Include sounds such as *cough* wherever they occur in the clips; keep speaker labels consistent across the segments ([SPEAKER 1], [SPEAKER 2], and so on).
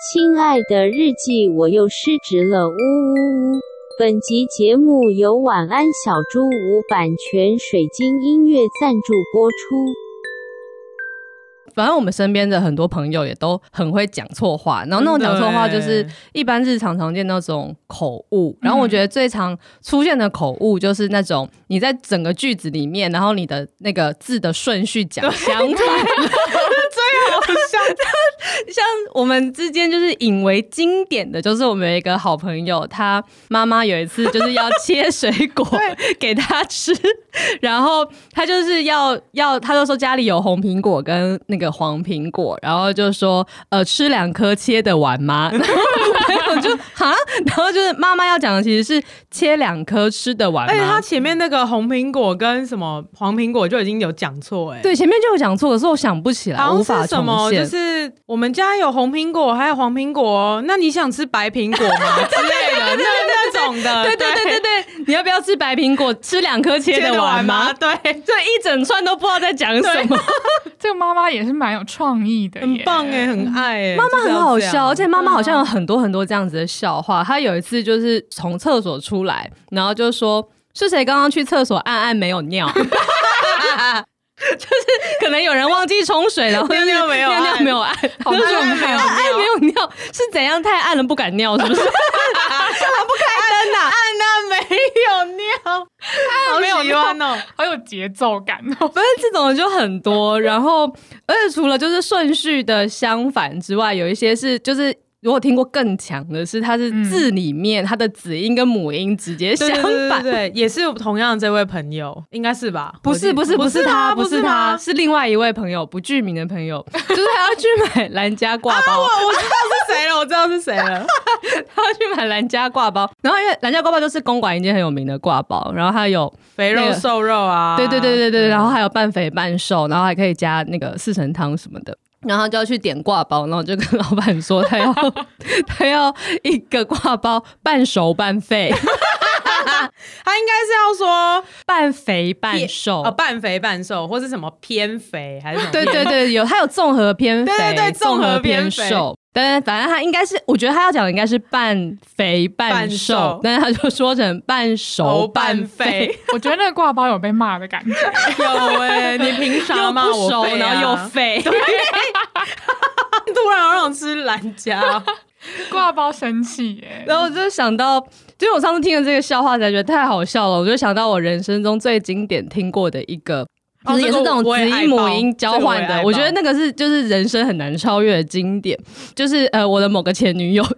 [SPEAKER 1] 亲爱的日记，我又失职了，呜呜呜！本集节目由晚安小猪屋版权水晶音乐赞助播出。
[SPEAKER 2] 反正我们身边的很多朋友也都很会讲错话，然后那种讲错话就是
[SPEAKER 3] 真的欸
[SPEAKER 2] 一般日常常见那种口误，然后我觉得最常出现的口误就是那种你在整个句子里面，然后你的那个字的顺序讲相反， *laughs* 像我们之间就是引为经典的，就是我们有一个好朋友，他妈妈有一次就是要切水
[SPEAKER 3] *laughs*
[SPEAKER 2] 果 *laughs* 给他吃，然后他就是要要，他就说家里有红苹果跟那个黄苹果，然后就说呃吃两颗切得完吗？ *laughs* 然后我朋友就哈，然后就是妈妈要讲的其实是切两颗吃得完
[SPEAKER 3] 而且哎他
[SPEAKER 2] 吗？
[SPEAKER 3] 前面那个红苹果跟什么黄苹果就已经有讲错哎，，
[SPEAKER 2] 对，前面就有讲错，可是我想不起来，
[SPEAKER 3] 好
[SPEAKER 2] 无
[SPEAKER 3] 像
[SPEAKER 2] 法
[SPEAKER 3] 是什
[SPEAKER 2] 重
[SPEAKER 3] 么
[SPEAKER 2] 现。
[SPEAKER 3] 就是我们家有红苹果还有黄苹果哦，那你想吃白苹果吗
[SPEAKER 2] *laughs*
[SPEAKER 3] 之类的那那种的，
[SPEAKER 2] 对对对对对，你要不要吃白苹果？吃两颗切得完吗？
[SPEAKER 3] 对，
[SPEAKER 2] *laughs* 这一整串都不知道在讲什么， *laughs*
[SPEAKER 4] 这个妈妈也是蛮有创意的耶，
[SPEAKER 3] 很棒哎，很爱哎，
[SPEAKER 2] 嗯妈妈很好笑，而
[SPEAKER 3] 就是要这样
[SPEAKER 2] 且妈妈好像有很多很多这样子的笑话。她有一次就是从厕所出来，然后就说是谁刚刚去厕所按按没有尿。 *laughs* 就是可能有人忘记冲水了，或者是
[SPEAKER 3] 尿尿没有
[SPEAKER 2] 尿尿
[SPEAKER 3] 按
[SPEAKER 2] 没有按，
[SPEAKER 4] 好
[SPEAKER 2] 就是
[SPEAKER 4] 重
[SPEAKER 2] 按
[SPEAKER 4] 要
[SPEAKER 2] 按没有尿是怎样？太暗了不敢尿是不是？
[SPEAKER 3] 按呐按呐没有
[SPEAKER 2] *laughs*
[SPEAKER 3] 尿，好
[SPEAKER 4] 没有
[SPEAKER 3] 喜欢哦，
[SPEAKER 4] 好有节奏感哦。 *laughs*
[SPEAKER 2] 反正这种就很多，然后而且除了就是顺序的相反之外，有一些是就是。如果听过更强的是，它是字里面、它的子音跟母音直接相
[SPEAKER 3] 对
[SPEAKER 2] 反，
[SPEAKER 3] 哦对对对对，也是同样这位朋友，应该是吧？
[SPEAKER 2] 不是不是
[SPEAKER 3] 不
[SPEAKER 2] 不
[SPEAKER 3] 是
[SPEAKER 2] 是
[SPEAKER 3] 他
[SPEAKER 2] 他，不
[SPEAKER 3] 不是
[SPEAKER 2] 是
[SPEAKER 3] 他
[SPEAKER 2] 他，是另外一位朋友，不具名的朋友，就是他要去买兰家挂包，
[SPEAKER 3] 哦我知道是谁了，我知道是谁了。
[SPEAKER 2] 他要去买兰家挂包。然后因为兰家挂包就是公馆一间很有名的挂包，然后它有
[SPEAKER 3] 肥肉
[SPEAKER 2] 那个
[SPEAKER 3] 瘦肉啊，
[SPEAKER 2] 对对对对对，然后还有半肥半瘦，然后还可以加那个四神汤什么的。然后就要去点挂包，然后就跟老板说他要 *laughs* 他要一个挂包半熟半
[SPEAKER 3] *laughs*
[SPEAKER 2] 肥，
[SPEAKER 3] 他应该是要说
[SPEAKER 2] 半肥半瘦。
[SPEAKER 3] 哦半肥半瘦，或是什么偏肥还是什么
[SPEAKER 2] 对
[SPEAKER 3] 偏？
[SPEAKER 2] 对对，有他有综合偏肥，
[SPEAKER 3] 对对对
[SPEAKER 2] 综
[SPEAKER 3] 综合偏
[SPEAKER 2] 偏
[SPEAKER 3] 肥
[SPEAKER 2] 瘦。但是反正他应该是，我觉得他要讲的应该是半肥半
[SPEAKER 3] 半
[SPEAKER 2] 瘦，
[SPEAKER 3] 瘦
[SPEAKER 2] 但是他就说成半
[SPEAKER 3] 头
[SPEAKER 2] 熟
[SPEAKER 3] 半
[SPEAKER 2] 哦肥，
[SPEAKER 3] 肥
[SPEAKER 4] 我觉得那个挂包有被骂的感觉，
[SPEAKER 3] *laughs* 有哎，你凭啥
[SPEAKER 2] 又
[SPEAKER 3] 骂
[SPEAKER 2] 不
[SPEAKER 3] 我
[SPEAKER 2] 熟，
[SPEAKER 3] 肥啊
[SPEAKER 2] 然后又肥。
[SPEAKER 3] 突然好想吃兰 *laughs* 家，
[SPEAKER 4] 挂包生气 *laughs* 耶。
[SPEAKER 2] 然后我就想到，就是我上次听了这个笑话，才觉得太好笑了。我就想到我人生中最经典听过的一个，
[SPEAKER 3] 哦
[SPEAKER 2] 就是也是
[SPEAKER 3] 这
[SPEAKER 2] 这
[SPEAKER 3] 个
[SPEAKER 2] 种
[SPEAKER 3] 我
[SPEAKER 2] 子
[SPEAKER 3] 也爱
[SPEAKER 2] 音母
[SPEAKER 3] 爆
[SPEAKER 2] 音交换
[SPEAKER 3] 这个我也
[SPEAKER 2] 的。
[SPEAKER 3] 爱
[SPEAKER 2] 我觉得
[SPEAKER 3] 爆
[SPEAKER 2] 那个是就是人生很难超越的经典。就是呃，我的某个前女友， *laughs*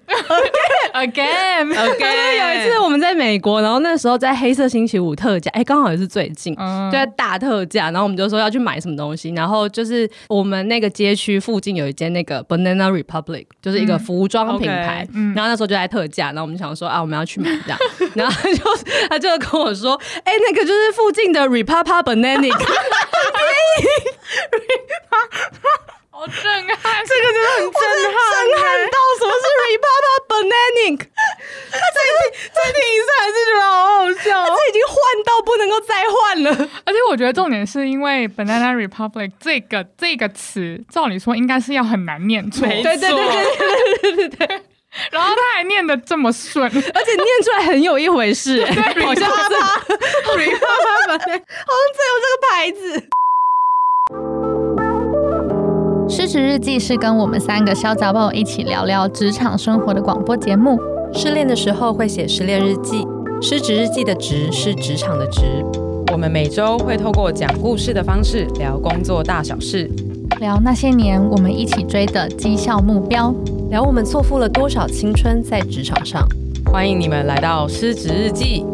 [SPEAKER 4] Again，
[SPEAKER 3] 哎
[SPEAKER 2] 就是有一次我们在美国，然后那时候在黑色星期五特价，哎，刚好也是最近，
[SPEAKER 4] 嗯 *laughs*
[SPEAKER 2] 就在大特价，然后我们就说要去买什么东西，然后就是我们那个街区附近有一间那个 Banana Republic，就是一个服装品牌，
[SPEAKER 3] 嗯 OK，
[SPEAKER 4] 嗯
[SPEAKER 2] 然后那时候就在特价，然后我们想说啊我们要去买
[SPEAKER 3] *laughs*
[SPEAKER 2] 这样，然后他就他就跟我说，哎、那个就是附近的 Repapa
[SPEAKER 3] *laughs*
[SPEAKER 2] Banana，
[SPEAKER 4] 好震撼！
[SPEAKER 3] 这个真的很震撼，
[SPEAKER 2] 震撼到什么是 Repapa Banana，
[SPEAKER 3] 再听再听一次还是觉得好好
[SPEAKER 2] 他
[SPEAKER 3] 笑。
[SPEAKER 2] 已经换到不能够再换了。
[SPEAKER 4] 而且我觉得重点是因为 Banana Republic 这个这个词，照理说应该是要很难念错，
[SPEAKER 3] 没
[SPEAKER 4] 对
[SPEAKER 2] 对对对对对，
[SPEAKER 4] 然后他还念的这么顺，
[SPEAKER 2] 而且念出来很有一回事、 *laughs* 好像真的好像真有这个牌子。
[SPEAKER 5] 失职日记是跟我们三个小杂宝一起聊聊职场生活的广播节目。
[SPEAKER 6] 失恋的时候会写失恋日记，失职日记的职是职场的职。
[SPEAKER 7] 我们每周会透过讲故事的方式聊工作大小事，
[SPEAKER 5] 聊那些年我们一起追的绩效目标。
[SPEAKER 6] 聊我们错付了多少青春在职场上。
[SPEAKER 7] 欢迎你们来到《失职日记》。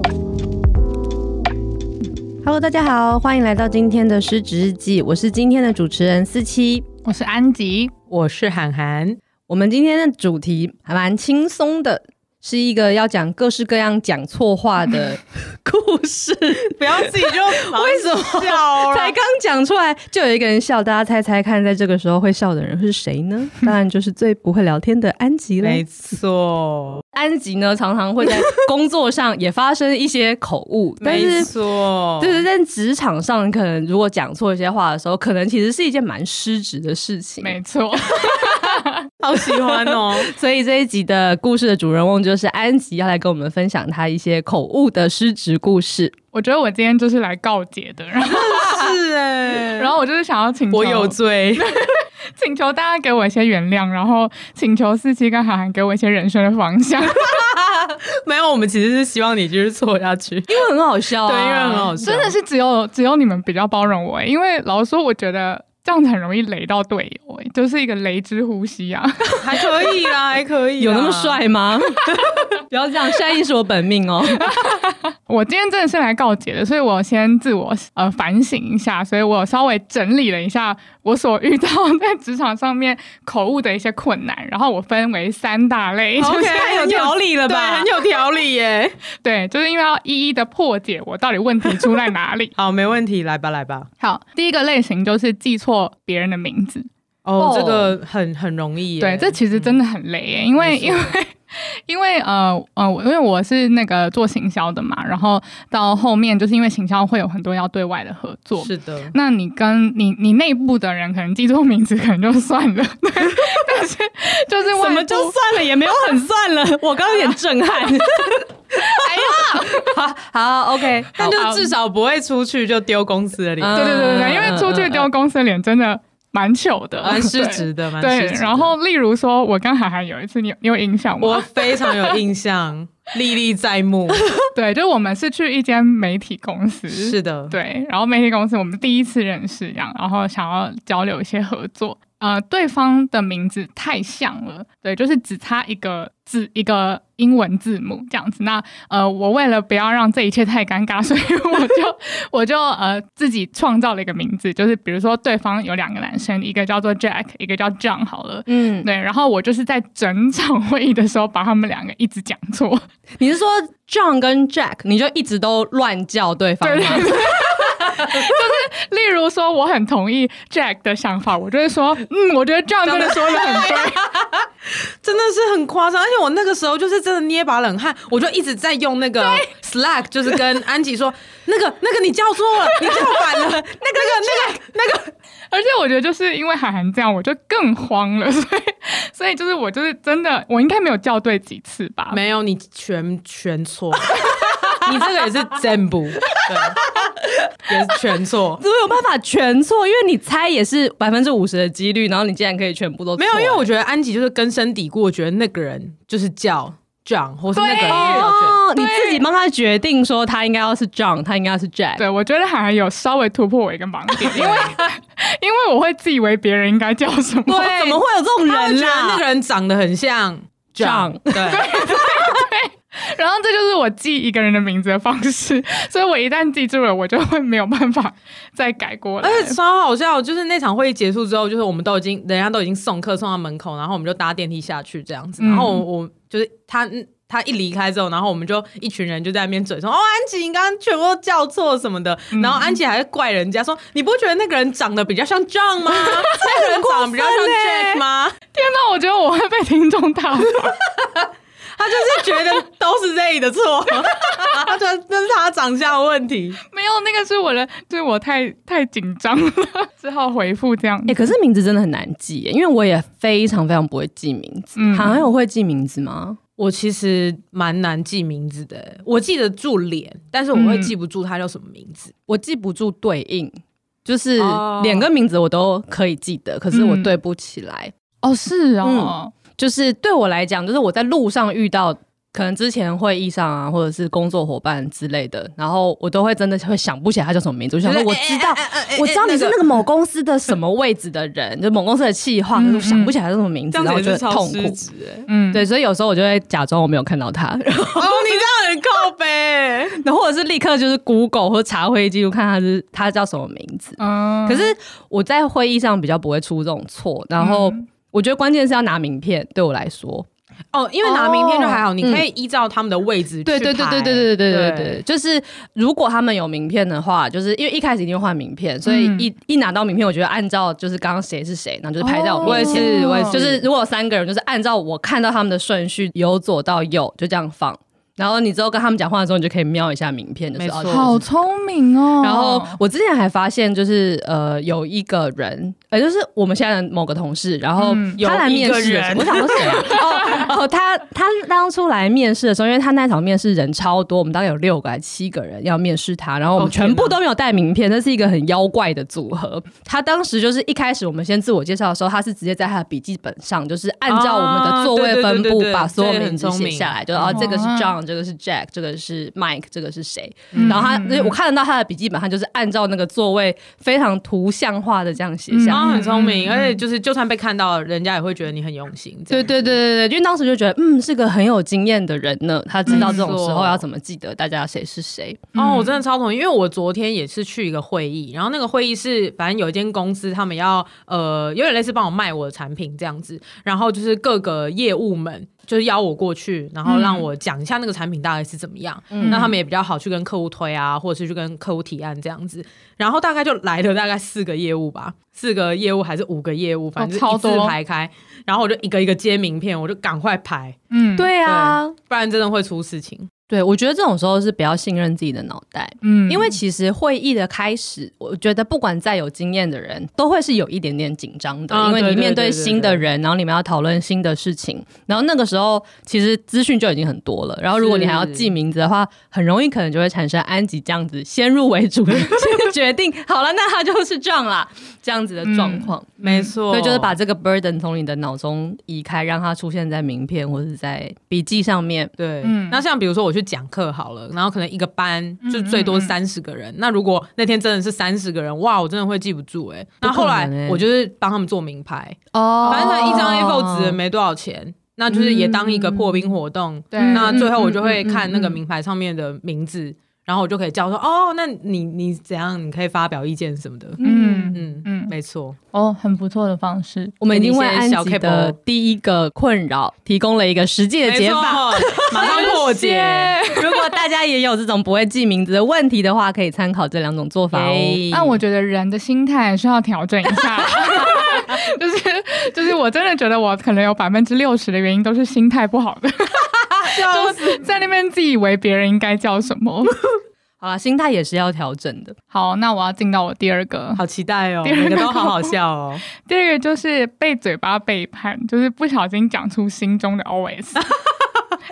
[SPEAKER 6] Hello，大家好，欢迎来到今天的失职日记，我是今天的主持人思琪。
[SPEAKER 4] *laughs* 我是安吉，
[SPEAKER 3] 我是涵涵，
[SPEAKER 2] 我们今天的主题还蛮轻松的，是一个要讲各式各样讲错
[SPEAKER 6] *laughs*
[SPEAKER 2] 话的故事。
[SPEAKER 3] 不要自己就为什么笑
[SPEAKER 2] 才
[SPEAKER 3] 了？
[SPEAKER 2] 刚讲出来就有一个人笑，大家猜猜看，在这个时候会笑的人是谁呢？当然就是最不会聊天的安吉了。
[SPEAKER 3] *laughs* 没错，
[SPEAKER 2] 安吉呢，常常会在工作上也发生一些口误，但
[SPEAKER 3] 没
[SPEAKER 2] 是。
[SPEAKER 3] 错，
[SPEAKER 2] 对对，但职场上可能如果讲错一些话的时候，可能其实是一件蛮失职的事情。
[SPEAKER 4] 没错，
[SPEAKER 3] 好喜欢哦！
[SPEAKER 2] 所以这一集的故事的主人翁就是安吉，要来跟我们分享他一些口误的失职故事。
[SPEAKER 4] 我觉得我今天就是来告解的，然后
[SPEAKER 3] *laughs*
[SPEAKER 2] *laughs*
[SPEAKER 3] 是哎、
[SPEAKER 4] 然后我就是想要请求
[SPEAKER 3] 我有罪，
[SPEAKER 4] 请求大家给我一些原谅，然后请求四七跟韩寒给我一些人生的方向。
[SPEAKER 3] *laughs* 没有，我们其实是希望你继续错下去，
[SPEAKER 2] 因为很好笑、啊
[SPEAKER 3] 对，因啊为很好笑，
[SPEAKER 4] 真的是只有只有你们比较包容我、欸，因为老实说，我觉得这样子很容易雷到队友、欸，就是一个雷之呼吸啊。 *laughs*
[SPEAKER 3] 还可以 *laughs* 啦，还可以，
[SPEAKER 2] 有
[SPEAKER 3] 啊
[SPEAKER 2] 那么？帅吗？ *laughs* 不要这样，善意是我本命哦。
[SPEAKER 4] 我今天真的是来告解的，所以我先自我呃反省一下，所以我稍微整理了一下我所遇到在职场上面口误的一些困难，然后我分为三大类，就是
[SPEAKER 3] *laughs* OK，很有条理了吧？对，很有条理耶。。
[SPEAKER 4] *laughs* 对，就是因为要一一的破解我到底问题出在哪里
[SPEAKER 3] *laughs* 好，没问题，来吧，来吧。
[SPEAKER 4] 好，第一个类型就是记错别人的名字，
[SPEAKER 3] 哦
[SPEAKER 2] 哦，
[SPEAKER 3] 这个很很容易耶。
[SPEAKER 4] 对，这其实真的很累耶，因
[SPEAKER 3] 嗯
[SPEAKER 4] 为因为。因为呃呃，我因为我是那个做行销的嘛，然后到后面就是因为行销会有很多要对外的合作，
[SPEAKER 3] 是的，
[SPEAKER 4] 那你跟你你内部的人可能记错名字可能就算了，对，但是就是外
[SPEAKER 2] 我们
[SPEAKER 4] 部
[SPEAKER 2] 就算了，也没有很算
[SPEAKER 3] *laughs*
[SPEAKER 2] 了。我刚刚有点震撼。
[SPEAKER 3] *laughs*
[SPEAKER 2] 哎呀，好好，OK，
[SPEAKER 3] 但就至少不会出去就丢公司的脸，
[SPEAKER 2] 嗯
[SPEAKER 4] 对对对对，因为出去丢公司的脸真的蛮糗的，
[SPEAKER 3] 嗯蛮失职的，蛮
[SPEAKER 4] 对。
[SPEAKER 3] 失
[SPEAKER 4] 对，
[SPEAKER 3] 职的。
[SPEAKER 4] 然后例如说，我跟韩寒有一次，你有你有印象
[SPEAKER 3] 我
[SPEAKER 4] 吗？
[SPEAKER 3] 非常有印象，历历在 *laughs* 目。
[SPEAKER 4] 对，就是我们是去一间媒体公司，
[SPEAKER 3] 是的，
[SPEAKER 4] 对，然后媒体公司我们第一次认识，这样，然后想要交流一些合作。呃，对方的名字太像了，对，就是只差一个字，一个英文字母这样子。那呃，我为了不要让这一切太尴尬， *laughs* 所以我就我就呃自己创造了一个名字，就是比如说对方有两个男生，一个叫做 Jack，一个叫 John，好了，
[SPEAKER 2] 嗯，
[SPEAKER 4] 对，然后我就是在整场会议的时候把他们两个一直讲错，
[SPEAKER 2] 你是说 John 跟 Jack，你就一直都乱叫对方
[SPEAKER 4] *laughs* 对
[SPEAKER 2] 吗？
[SPEAKER 4] 对对，就是例如说，我很同意 Jack 的想法，我就会说，嗯，我觉得这样真的说的很对。
[SPEAKER 3] 真的是很夸张，而且我那个时候就是真的捏把冷汗，我就一直在用那个 Slack，就是跟安吉说， *laughs* 那个那个你叫错 *laughs* 了，你叫反了，那个那个那个
[SPEAKER 4] *laughs* 而且我觉得就是因为韩寒这样，我就更慌了，所以 *laughs* 所以就是我就是真的，我应该没有校对几次吧？
[SPEAKER 3] 没有，你全全错，你这个也是真不，对，也是全错。
[SPEAKER 2] 怎么有办法全错？因为你猜也是百分之五十的几率，然后你竟然可以全部都错
[SPEAKER 3] *laughs* 没有，因为我觉得安吉就是根深蒂固，我觉得那个人就是叫 John，或是那个人就是叫 John
[SPEAKER 2] 哦，你自己帮他决定说他应该要是 John，他应该要是 Jack。
[SPEAKER 4] 对，我觉得韩寒有稍微突破我一个盲点，因为因为我会自以为别人应该叫什么。
[SPEAKER 2] 对怎么会有这种
[SPEAKER 3] 他们
[SPEAKER 2] 人
[SPEAKER 3] 觉得
[SPEAKER 2] 啦？
[SPEAKER 3] 那个人长得很像 John，
[SPEAKER 2] John
[SPEAKER 3] 对，
[SPEAKER 4] 然后这就是我记一个人的名字的方式，所以我一旦记住了，我就会没有办法再改过来。
[SPEAKER 3] 而且超好笑，就是那场会议结束之后，就是我们都已经人家都已经送客送到门口，然后我们就搭电梯下去这样子，
[SPEAKER 4] 嗯
[SPEAKER 3] 然后我我就是他。嗯他一离开之后，然后我们就一群人就在那边嘴说：“哦，安琪，你刚刚全部都叫错什么的。然后安琪还怪人家说：“你不觉得那个人长得比较像 John 吗？那个人长得比较像 Jack 吗？”
[SPEAKER 4] 天哪，我觉得我会被听众大骂。
[SPEAKER 3] 他就是觉得都是 Z 的错， *laughs* 他觉得那是他长相的问题。
[SPEAKER 4] 没有，那个是我的，就是我太太紧张了，只好回复这样子。
[SPEAKER 2] 哎、可是名字真的很难记耶，因为我也非常非常不会记名字。
[SPEAKER 4] 嗯
[SPEAKER 2] 韩寒有会记名字吗？
[SPEAKER 3] 我其实蛮难记名字的，欸我记得住脸，但是我
[SPEAKER 2] 嗯
[SPEAKER 3] 会记不住他叫什么名字。
[SPEAKER 2] 我记不住对应，就是
[SPEAKER 3] 哦
[SPEAKER 2] 脸跟名字我都可以记得，可是我
[SPEAKER 4] 嗯
[SPEAKER 2] 对不起来。
[SPEAKER 4] 哦，是哦，
[SPEAKER 2] 就是对我来讲，就是我在路上遇到。可能之前会议上啊，或者是工作伙伴之类的，然后我都会真的会想不起来他叫什么名字。我想说，我
[SPEAKER 3] 哎
[SPEAKER 2] 知道，我知道你是哎那个某公司的什么位置的人，就某公司的企划，可是我想不起来他叫什么名字，然后就很痛苦。
[SPEAKER 3] 职哎！
[SPEAKER 4] 嗯，
[SPEAKER 2] 对，所以有时候我就会假装我没有看到他， *laughs* 然后
[SPEAKER 3] 哦，你这样很靠背。欸
[SPEAKER 2] 然后或者是立刻就是 Google 或查会议记录看他是他叫什么名字。
[SPEAKER 4] 嗯，
[SPEAKER 2] 可是我在会议上比较不会出这种错，然后我觉得关键是要拿名片，对我来说，
[SPEAKER 3] 哦，因为拿名片就还好，你可以依照他们的位置去
[SPEAKER 2] 嗯对对对对对对对对对，
[SPEAKER 3] 对
[SPEAKER 2] 就是如果他们有名片的话，就是因为一开始一定会换名片，所以
[SPEAKER 4] 嗯
[SPEAKER 2] 一、一拿到名片，我觉得按照就是刚刚谁是谁，然后就是排在我
[SPEAKER 4] 哦我
[SPEAKER 2] 面
[SPEAKER 4] 也
[SPEAKER 2] 前，
[SPEAKER 4] 是我也
[SPEAKER 2] 就是如果有三个人，就是按照我看到他们的顺序由左到右就这样放。然后你之后跟他们讲话的时候，你就可以瞄一下名片，就是
[SPEAKER 3] 没
[SPEAKER 2] 哦
[SPEAKER 3] 错
[SPEAKER 4] 好聪明哦。
[SPEAKER 2] 然后我之前还发现，就是呃，有一个人，呃，就是我们现在的某个同事，然后
[SPEAKER 4] 嗯
[SPEAKER 2] 他来
[SPEAKER 3] 有一
[SPEAKER 2] 面
[SPEAKER 3] 个
[SPEAKER 2] 试的时候，
[SPEAKER 3] 人
[SPEAKER 2] 我想说谁啊？哦哦，他他当初来面试的时候，因为他那场面试人超多，我们大概有六个还七个人要面试他，然后我们
[SPEAKER 3] 哦天
[SPEAKER 2] 全部
[SPEAKER 3] 哪
[SPEAKER 2] 都没有带名片，这是一个很妖怪的组合。他当时就是一开始我们先自我介绍的时候，他是直接在他的笔记本上，就是按照我们的座
[SPEAKER 3] 啊
[SPEAKER 2] 位
[SPEAKER 3] 对对
[SPEAKER 2] 分
[SPEAKER 3] 对
[SPEAKER 2] 布
[SPEAKER 3] 对对
[SPEAKER 2] 把所有
[SPEAKER 3] 这也
[SPEAKER 2] 名
[SPEAKER 3] 很
[SPEAKER 2] 字
[SPEAKER 3] 聪
[SPEAKER 2] 写
[SPEAKER 3] 明
[SPEAKER 2] 下来，就哦，这个是
[SPEAKER 4] 哇
[SPEAKER 2] John，这个是 Jack，这个是 Mike，这个是谁？
[SPEAKER 4] 嗯
[SPEAKER 2] 然后他，
[SPEAKER 4] 嗯
[SPEAKER 2] 我看得到他的笔记本，他就是按照那个座位非常图像化的这样写
[SPEAKER 4] 嗯
[SPEAKER 2] 下。
[SPEAKER 3] 然后很聪明，
[SPEAKER 4] 嗯
[SPEAKER 3] 而且就是就算被看到，人家也会觉得你很用心。这
[SPEAKER 2] 对
[SPEAKER 3] 样
[SPEAKER 2] 对对对对，因为当时就觉得，嗯，是个很有经验的人呢，他知道这种
[SPEAKER 3] 没错
[SPEAKER 2] 时候要怎么记得大家谁是谁。
[SPEAKER 3] 哦，我真的超同意，因为我昨天也是去一个会议，然后那个会议是反正有一间公司，他们要呃有点类似帮我卖我的产品这样子，然后就是各个业务们就是邀我过去，然后让我讲一下那个产品大概是怎么样，
[SPEAKER 2] 嗯
[SPEAKER 3] 那他们也比较好去跟客户推啊，或者是去跟客户提案这样子，然后大概就来了大概四个业务吧，四个业务还是五个业务，反正就
[SPEAKER 4] 哦
[SPEAKER 3] 一
[SPEAKER 4] 超
[SPEAKER 3] 字
[SPEAKER 4] 多
[SPEAKER 3] 排开，然后我就一个一个接名片，我就赶快排，
[SPEAKER 4] 嗯，
[SPEAKER 2] 对啊，
[SPEAKER 3] 不然真的会出事情。
[SPEAKER 2] 对，我觉得这种时候是不要信任自己的脑袋。
[SPEAKER 4] 嗯
[SPEAKER 2] 因为其实会议的开始，我觉得不管再有经验的人，都会是有一点点紧张的，
[SPEAKER 3] 嗯
[SPEAKER 2] 因为你
[SPEAKER 3] 对对
[SPEAKER 2] 面对
[SPEAKER 3] 对对
[SPEAKER 2] 新的
[SPEAKER 3] 对
[SPEAKER 2] 人，然后你们要讨论新的事情，然后那个时候其实资讯就已经很多了，然后如果你还要
[SPEAKER 3] 是
[SPEAKER 2] 记名字的话，很容易可能就会产生安吉这样子先入为主 *laughs* 的先决定，好了，那他就是这样啦，这样子的
[SPEAKER 3] 嗯
[SPEAKER 2] 状况，
[SPEAKER 3] 没错
[SPEAKER 2] 所以就是把这个 burden 从你的脑中移开，让它出现在名片或是在笔记上面。
[SPEAKER 3] 对，
[SPEAKER 4] 嗯
[SPEAKER 3] 那像比如说我去讲课好了，然后可能一个班
[SPEAKER 4] 嗯
[SPEAKER 3] 就最多
[SPEAKER 4] 嗯嗯
[SPEAKER 3] 三十个人。那如果那天真的是三十个人，哇，我真的会记不住哎、欸。
[SPEAKER 2] 不
[SPEAKER 3] 那
[SPEAKER 2] 可能
[SPEAKER 3] 后来
[SPEAKER 2] 欸
[SPEAKER 3] 我就是帮他们做名牌，
[SPEAKER 2] 哦
[SPEAKER 3] 反正那一张 A4 纸也没多少钱，那就是也当一个破冰活动。
[SPEAKER 4] 对，
[SPEAKER 3] 那
[SPEAKER 4] 嗯
[SPEAKER 3] 最后我就会
[SPEAKER 4] 嗯嗯嗯
[SPEAKER 3] 看那个
[SPEAKER 4] 嗯
[SPEAKER 3] 名牌上面的名字，然后我就可以叫说哦，那你你怎样，你可以发表意见什么的。
[SPEAKER 4] 嗯
[SPEAKER 3] 嗯
[SPEAKER 4] 嗯
[SPEAKER 3] 没错，
[SPEAKER 4] 哦，很不错的方式。
[SPEAKER 2] 我们已经为
[SPEAKER 3] 给你一
[SPEAKER 2] 安
[SPEAKER 3] 些小
[SPEAKER 2] 吉的
[SPEAKER 3] cable
[SPEAKER 2] 第一个困扰提供了一个实际的
[SPEAKER 3] 没
[SPEAKER 2] 解
[SPEAKER 3] 错
[SPEAKER 2] 法。，
[SPEAKER 3] 马上破
[SPEAKER 4] *laughs*
[SPEAKER 3] 解。
[SPEAKER 2] *laughs* 如果大家也有这种不会记名字的问题的话，可以参考这两种做法哦。
[SPEAKER 4] 但我觉得人的心态是要调整一 *laughs* 下，就是就是我真的觉得我可能有百分之六十的原因都是心态不好 *laughs* 的， *laughs* 就是在那边自以为别人应该叫什么。
[SPEAKER 2] 好了，心态也是要调整的。
[SPEAKER 4] 好，那我要进到我第二个，
[SPEAKER 3] 好期待
[SPEAKER 4] *laughs*
[SPEAKER 3] 哦，
[SPEAKER 4] 别人
[SPEAKER 3] 每个都
[SPEAKER 4] 看
[SPEAKER 3] 好
[SPEAKER 4] 过
[SPEAKER 3] 好笑哦。
[SPEAKER 4] 第二个就是被嘴巴背叛，就是不小心讲出心中的
[SPEAKER 2] *laughs*
[SPEAKER 4] OS。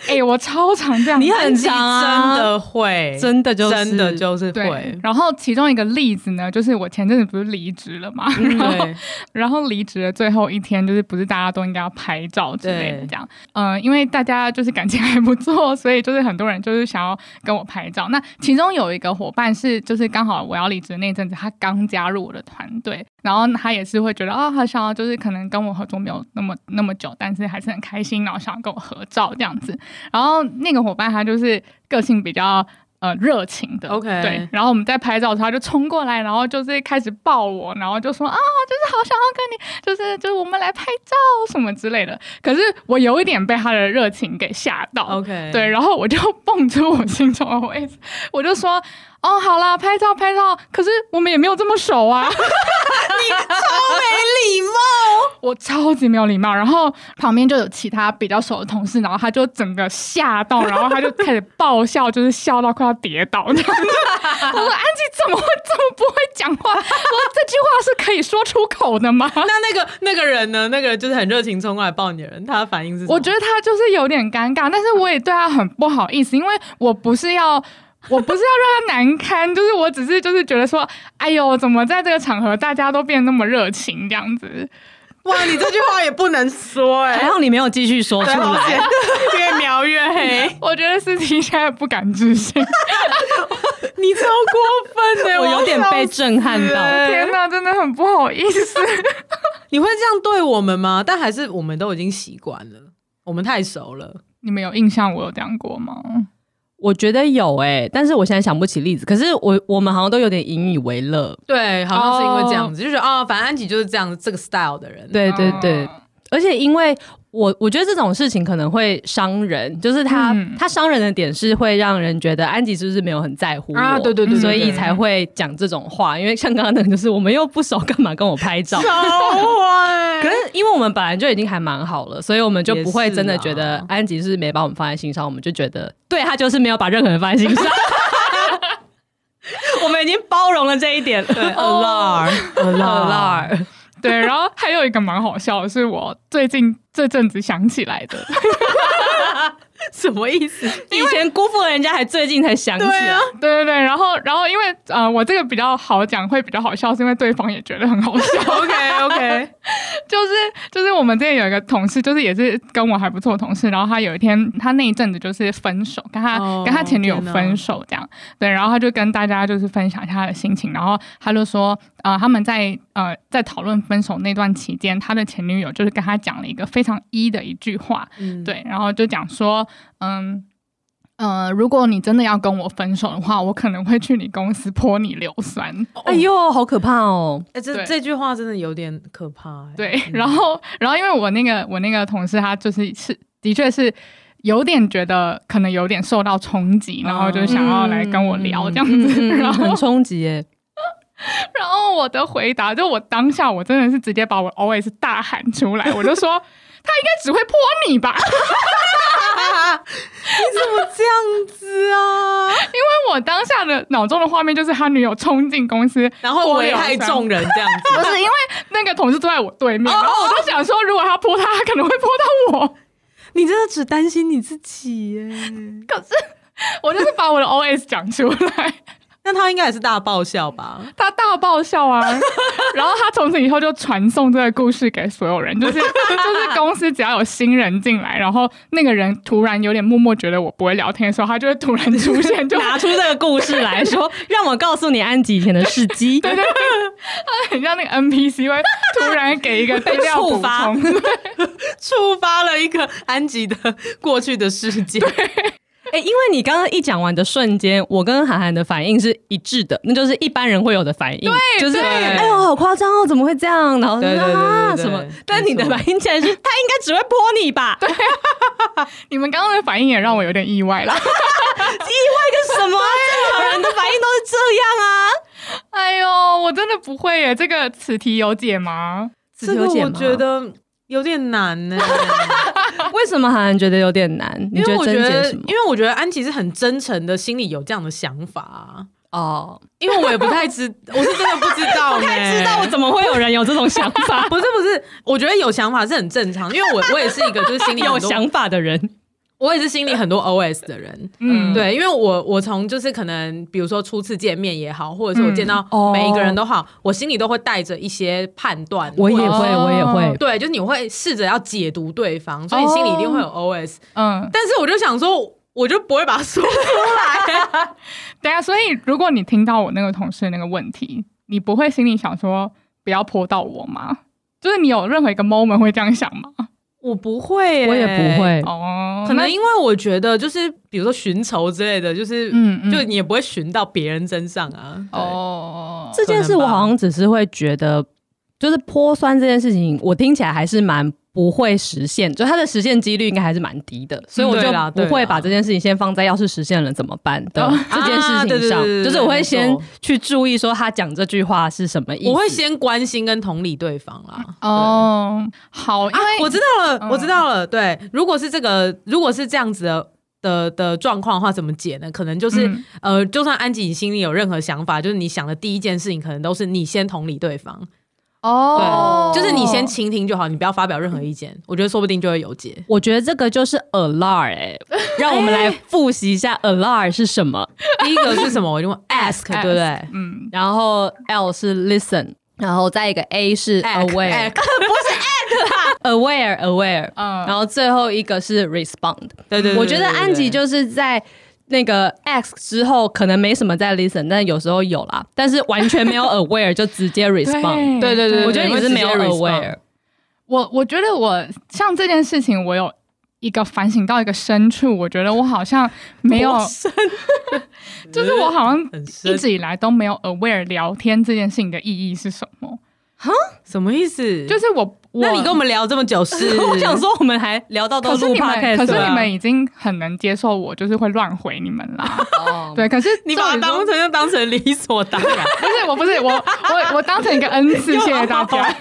[SPEAKER 4] 哎、我超常这样，
[SPEAKER 2] 你很
[SPEAKER 3] 真
[SPEAKER 2] 长啊，
[SPEAKER 3] 的会，
[SPEAKER 2] 真的就是
[SPEAKER 3] 真的就是
[SPEAKER 4] 对
[SPEAKER 3] 会。。
[SPEAKER 4] 然后其中一个例子呢，就是我前阵子不是离职了嘛，
[SPEAKER 3] 嗯对，
[SPEAKER 4] 然后离职的最后一天，就是不是大家都应该要拍照之类的
[SPEAKER 3] 对
[SPEAKER 4] 这样。嗯、因为大家就是感情还不错，所以就是很多人就是想要跟我拍照。那其中有一个伙伴是，就是刚好我要离职的那阵子，他刚加入我的团队，然后他也是会觉得啊、他想要就是可能跟我合作没有那么那么久，但是还是很开心，然后想要跟我合照这样子。然后那个伙伴他就是个性比较。呃，热情的
[SPEAKER 3] OK
[SPEAKER 4] 对，然后我们在拍照的时候，他就冲过来，然后就是开始抱我，然后就说啊，就是好想要跟你就是就是我们来拍照什么之类的。可是我有一点被他的热情给吓到
[SPEAKER 3] OK，
[SPEAKER 4] 对，，然后我就 *laughs* 蹦出我心中的 OS，我就说。哦，好啦，拍照拍照，可是我们也没有这么熟啊，
[SPEAKER 3] 没礼貌。
[SPEAKER 4] 我超级没有礼貌。然后旁边就有其他比较熟的同事，然后他就整个吓到，然后他就开始爆笑，就是笑到快要跌倒这样子。我说安吉怎么会这么不会讲话？我说这句话是可以说出口的吗？
[SPEAKER 3] 那那个那个人呢？那个人就是很热情冲过来抱你的人，他的反应是什么？
[SPEAKER 4] 我觉得他就是有点尴尬，但是我也对他很不好意思，因为我不是要。我不是要让他难堪，就是我只是就是觉得说，哎呦，怎么在这个场合大家都变那么热情这样子？
[SPEAKER 3] 哇，你这句话也不能 *laughs* 说哎、
[SPEAKER 2] 还好你没有继续说出
[SPEAKER 3] 对好
[SPEAKER 2] 来。
[SPEAKER 3] 险越描越黑，
[SPEAKER 4] 我觉得思琪现在不敢置信，
[SPEAKER 3] *laughs* 你超过分
[SPEAKER 2] *laughs*
[SPEAKER 3] *laughs* 的、
[SPEAKER 2] 我有点被
[SPEAKER 3] 笑死
[SPEAKER 2] 震撼到，
[SPEAKER 3] 哎
[SPEAKER 4] 天哪，真的很不好意思。
[SPEAKER 3] 你会这样对我们吗？但还是我们都已经习惯了，我们太熟了。
[SPEAKER 4] 你们有印象我有这样过吗？
[SPEAKER 2] 我觉得有哎、但是我现在想不起例子。可是我我们好像都有点引以为乐。
[SPEAKER 3] 对，好哦像是因为这样子，就觉得哦，反正安吉就是这样这个 style 的人。
[SPEAKER 2] 对对对，而且因为我我觉得这种事情可能会伤人，就是他、
[SPEAKER 4] 嗯
[SPEAKER 2] 他伤人的点是会让人觉得安吉是不是没有很在乎我
[SPEAKER 4] 啊对对
[SPEAKER 3] 嗯
[SPEAKER 4] 对对
[SPEAKER 2] 所以
[SPEAKER 4] 对
[SPEAKER 2] 才会讲这种话。因为像刚刚那个，就是我们又不熟，干嘛跟我拍照？
[SPEAKER 4] 啊
[SPEAKER 3] *laughs*
[SPEAKER 2] 可是因为我们本来就已经还蛮好了，所以我们就不会真的觉
[SPEAKER 3] 也
[SPEAKER 2] 得
[SPEAKER 3] 是啊
[SPEAKER 2] 安吉是没把我们放在心上，我们就觉得对他就是没有把任何人放在心上。 *laughs* 我们已经包容了这一点了。alarm，alarm，
[SPEAKER 4] 对，然后还有一个蛮好笑的是，我最近这阵子想起来的，
[SPEAKER 3] *laughs* 什么意思？
[SPEAKER 2] 以前辜负了人家，还最近才想起来。
[SPEAKER 3] 啊
[SPEAKER 4] 对啊对对，然后然后因为呃，我这个比较好讲，会比较好笑，是因为对方也觉得很好笑。
[SPEAKER 3] ，OK OK，
[SPEAKER 4] *laughs* 就是就是我们之前有一个同事，就是也是跟我还不错的同事，然后他有一天他那一阵子就是分手，跟他、
[SPEAKER 3] 哦
[SPEAKER 4] 跟他前女友
[SPEAKER 3] 天哪
[SPEAKER 4] 分手这样，对，然后他就跟大家就是分享一下他的心情，然后他就说，呃，他们在呃在讨论分手那段期间，他的前女友就是跟他讲了一个非常一的一句话，
[SPEAKER 3] 嗯，
[SPEAKER 4] 对，然后就讲说，嗯。呃，如果你真的要跟我分手的话，我可能会去你公司泼你硫酸。
[SPEAKER 2] 哎呦，好可怕哦！
[SPEAKER 3] 哎，这
[SPEAKER 4] 对
[SPEAKER 3] 这句话真的有点可怕欸。
[SPEAKER 4] 对，
[SPEAKER 3] 嗯
[SPEAKER 4] *laughs* 然后然后因为我那个我那个同事他就是是的确是有点觉得可能有点受到冲击，然后就想要来跟
[SPEAKER 3] 哦
[SPEAKER 4] 我
[SPEAKER 2] 嗯
[SPEAKER 3] 嗯
[SPEAKER 4] 聊这样子， *laughs* 然后
[SPEAKER 2] 很冲击耶。
[SPEAKER 4] 然后我的回答就我当下我真的是直接把我 always 大喊出来，我就说 *laughs* 他应该只会泼你
[SPEAKER 3] *laughs*
[SPEAKER 4] 吧，*laughs*
[SPEAKER 3] 你怎么这样子啊？
[SPEAKER 4] 因为我当下的脑中的画面就是他女友冲进公司，
[SPEAKER 3] *laughs* 然后危害众人这样 *laughs* 子，
[SPEAKER 4] 不是因为那个同事坐在我对面，然后我就想说如果他泼他，他可能会泼到我。
[SPEAKER 3] 你真的只担心你自己耶？
[SPEAKER 4] 我就是把我的 OS 讲出来，
[SPEAKER 3] 那他应该也是大爆笑吧？ *laughs*
[SPEAKER 4] 他大爆笑啊！然后他从此以后就传送这个故事给所有人，就是就是公司只要有新人进来，然后那个人突然有点默默觉得我不会聊天的时候，他就会突然出现，就
[SPEAKER 2] 拿出这个故事来说，让我告诉你安吉以前的事迹。对对，
[SPEAKER 4] 很像那个 NPC 会突然给一个资料补
[SPEAKER 3] 触发
[SPEAKER 4] 充。
[SPEAKER 3] 触发了一个安吉的过去的事件， *laughs*
[SPEAKER 2] 哎，因为你刚刚一讲完的瞬间，我跟韩寒的反应是一致的，那就是一般人会有的反应，对，就是
[SPEAKER 4] 对
[SPEAKER 2] 哎呦，好夸张哦，怎么会这样？然后
[SPEAKER 3] 对对对
[SPEAKER 2] 啊
[SPEAKER 3] 对对
[SPEAKER 2] 什么
[SPEAKER 3] 没错？
[SPEAKER 2] 但你的反应竟然是他应该只会泼你吧？对，
[SPEAKER 4] 你们刚刚的反应也让我有点意外啦。
[SPEAKER 2] 意外个什么啊？正常人的反应都是这样啊。
[SPEAKER 4] 哎呦，我真的不会耶，这个此题有解吗？
[SPEAKER 3] 这个我觉得有点难 *laughs* 呢、
[SPEAKER 2] 为什么韩寒觉得有点难？你
[SPEAKER 3] 因为我觉
[SPEAKER 2] 觉得
[SPEAKER 3] 得，
[SPEAKER 2] 什么
[SPEAKER 3] 因？为我觉得安琪是很真诚的，心里有这样的想法啊、
[SPEAKER 2] 哦，
[SPEAKER 3] 因为我也不太知，我是真的不知
[SPEAKER 2] *laughs*
[SPEAKER 3] 道、呢。？
[SPEAKER 2] 知道我怎么会有人有这种想法
[SPEAKER 3] *laughs* 不是不是，我觉得有想法是很正常，因为我我也是一个就是心 *laughs* 里很
[SPEAKER 2] 有
[SPEAKER 3] 多
[SPEAKER 2] 想法的人，
[SPEAKER 3] 我也是心里很多 OS 的人。
[SPEAKER 4] 嗯，
[SPEAKER 3] 对，因为我我从就是可能，比如说初次见面也好，或者是我见到
[SPEAKER 2] 嗯
[SPEAKER 3] 每一个人都好，我心里都会带着一些判断。
[SPEAKER 2] 我也
[SPEAKER 3] 或者
[SPEAKER 2] 会，我也会。
[SPEAKER 3] 对，就是你会试着要解读对方，所以你心里一定会有
[SPEAKER 2] 哦
[SPEAKER 3] OS。
[SPEAKER 4] 嗯，
[SPEAKER 3] 但是我就想说，我就不会把它说
[SPEAKER 2] *laughs*
[SPEAKER 3] 出来。
[SPEAKER 4] 等一啊下，所以如果你听到我那个同事的那个问题，你不会心里想说不要泼到我吗？就是你有任何一个 moment 会这样想吗？
[SPEAKER 3] 我不会、欸
[SPEAKER 2] 我也不。会，
[SPEAKER 4] 哦，
[SPEAKER 3] 可
[SPEAKER 4] 那
[SPEAKER 3] 能因为我觉得，就是比如说寻仇之类的，就是
[SPEAKER 4] 嗯嗯
[SPEAKER 3] 就你也不会寻到别人身上啊。哦，
[SPEAKER 4] 哦，
[SPEAKER 2] 这件事我好像只是会觉得，就是泼酸这件事情，我听起来还是蛮不会实现，就它的实现几率应该还是蛮低的，所以我
[SPEAKER 3] 嗯对
[SPEAKER 2] 就
[SPEAKER 3] 啦对
[SPEAKER 2] 不
[SPEAKER 3] 啦
[SPEAKER 2] 会把这件事情先放在要是实现了怎么办的这件事
[SPEAKER 3] *laughs* 啊对
[SPEAKER 2] 情
[SPEAKER 3] 对
[SPEAKER 2] 上，
[SPEAKER 3] 对对
[SPEAKER 2] 就是我会
[SPEAKER 3] 没错
[SPEAKER 2] 先去注意说他讲这句话是什么意思。嗯
[SPEAKER 3] 我会先关心跟同理对方啦。
[SPEAKER 4] 哦，好，因
[SPEAKER 3] 啊
[SPEAKER 4] 为、，
[SPEAKER 2] 哎
[SPEAKER 3] 我知道了，
[SPEAKER 4] 嗯
[SPEAKER 3] 我知道了。对，如果是这个，如果是这样子的。的的状况的话，怎么解呢？可能就是、
[SPEAKER 4] 嗯
[SPEAKER 3] 呃，就算安吉你心里有任何想法，就是你想的第一件事情，可能都是你先同理对方，
[SPEAKER 4] 哦，
[SPEAKER 3] 就是你先倾听就好，你不要发表任何意见。
[SPEAKER 2] 嗯
[SPEAKER 3] 我觉得说不定就会有
[SPEAKER 2] *laughs*
[SPEAKER 3] 解。
[SPEAKER 2] 我觉得这个就是 alarm
[SPEAKER 3] *laughs*
[SPEAKER 2] 哎、让我们来复习一下
[SPEAKER 3] 哎
[SPEAKER 2] alarm 是什么。
[SPEAKER 3] 第一个是什么？我就问
[SPEAKER 2] *laughs*
[SPEAKER 3] ask，对不对？
[SPEAKER 4] 嗯，
[SPEAKER 2] 然后 L 是 listen，然后再一个 A 是
[SPEAKER 3] Act，
[SPEAKER 2] aware，
[SPEAKER 3] act
[SPEAKER 2] 不是 act，aware aware，
[SPEAKER 4] 嗯
[SPEAKER 2] 然后最后一个是 respond。
[SPEAKER 3] 对对对，
[SPEAKER 2] 我觉得
[SPEAKER 3] 对对
[SPEAKER 2] 安吉
[SPEAKER 3] 对
[SPEAKER 2] 就是在。那个 ask 之后可能没什么在 listen，但有时候有啦，但是完全
[SPEAKER 3] *laughs*
[SPEAKER 2] 没有 aware 就直接 respond。
[SPEAKER 3] 对对对，
[SPEAKER 2] 我觉得你是没有
[SPEAKER 3] 直接
[SPEAKER 2] aware，
[SPEAKER 4] 我我觉得我像这件事情，我有一个反省到一个深处，我觉得我好像没有，
[SPEAKER 3] *laughs*
[SPEAKER 4] *laughs* 就是我好像
[SPEAKER 3] 很深
[SPEAKER 4] 一直以来都没有 aware 聊天这件事情的意义是什么。
[SPEAKER 3] 什么意思？
[SPEAKER 4] 就是我我
[SPEAKER 3] 那你跟我们聊这么久 *laughs* 是
[SPEAKER 8] 我想说，我们还聊到都
[SPEAKER 4] 可是
[SPEAKER 8] 录
[SPEAKER 4] 你
[SPEAKER 8] podcast，
[SPEAKER 4] 们，可是
[SPEAKER 8] 了
[SPEAKER 4] 你
[SPEAKER 2] 啊
[SPEAKER 4] 们已经很能接受我，就是会乱回你们啦。
[SPEAKER 3] *laughs*
[SPEAKER 9] 哦，
[SPEAKER 4] *laughs* 对，可是
[SPEAKER 3] 你把它
[SPEAKER 4] 照理说
[SPEAKER 3] 当成就当成理所
[SPEAKER 2] *laughs*
[SPEAKER 3] 当然，
[SPEAKER 4] 不是我不是我我我当成一个恩赐，谢谢大家。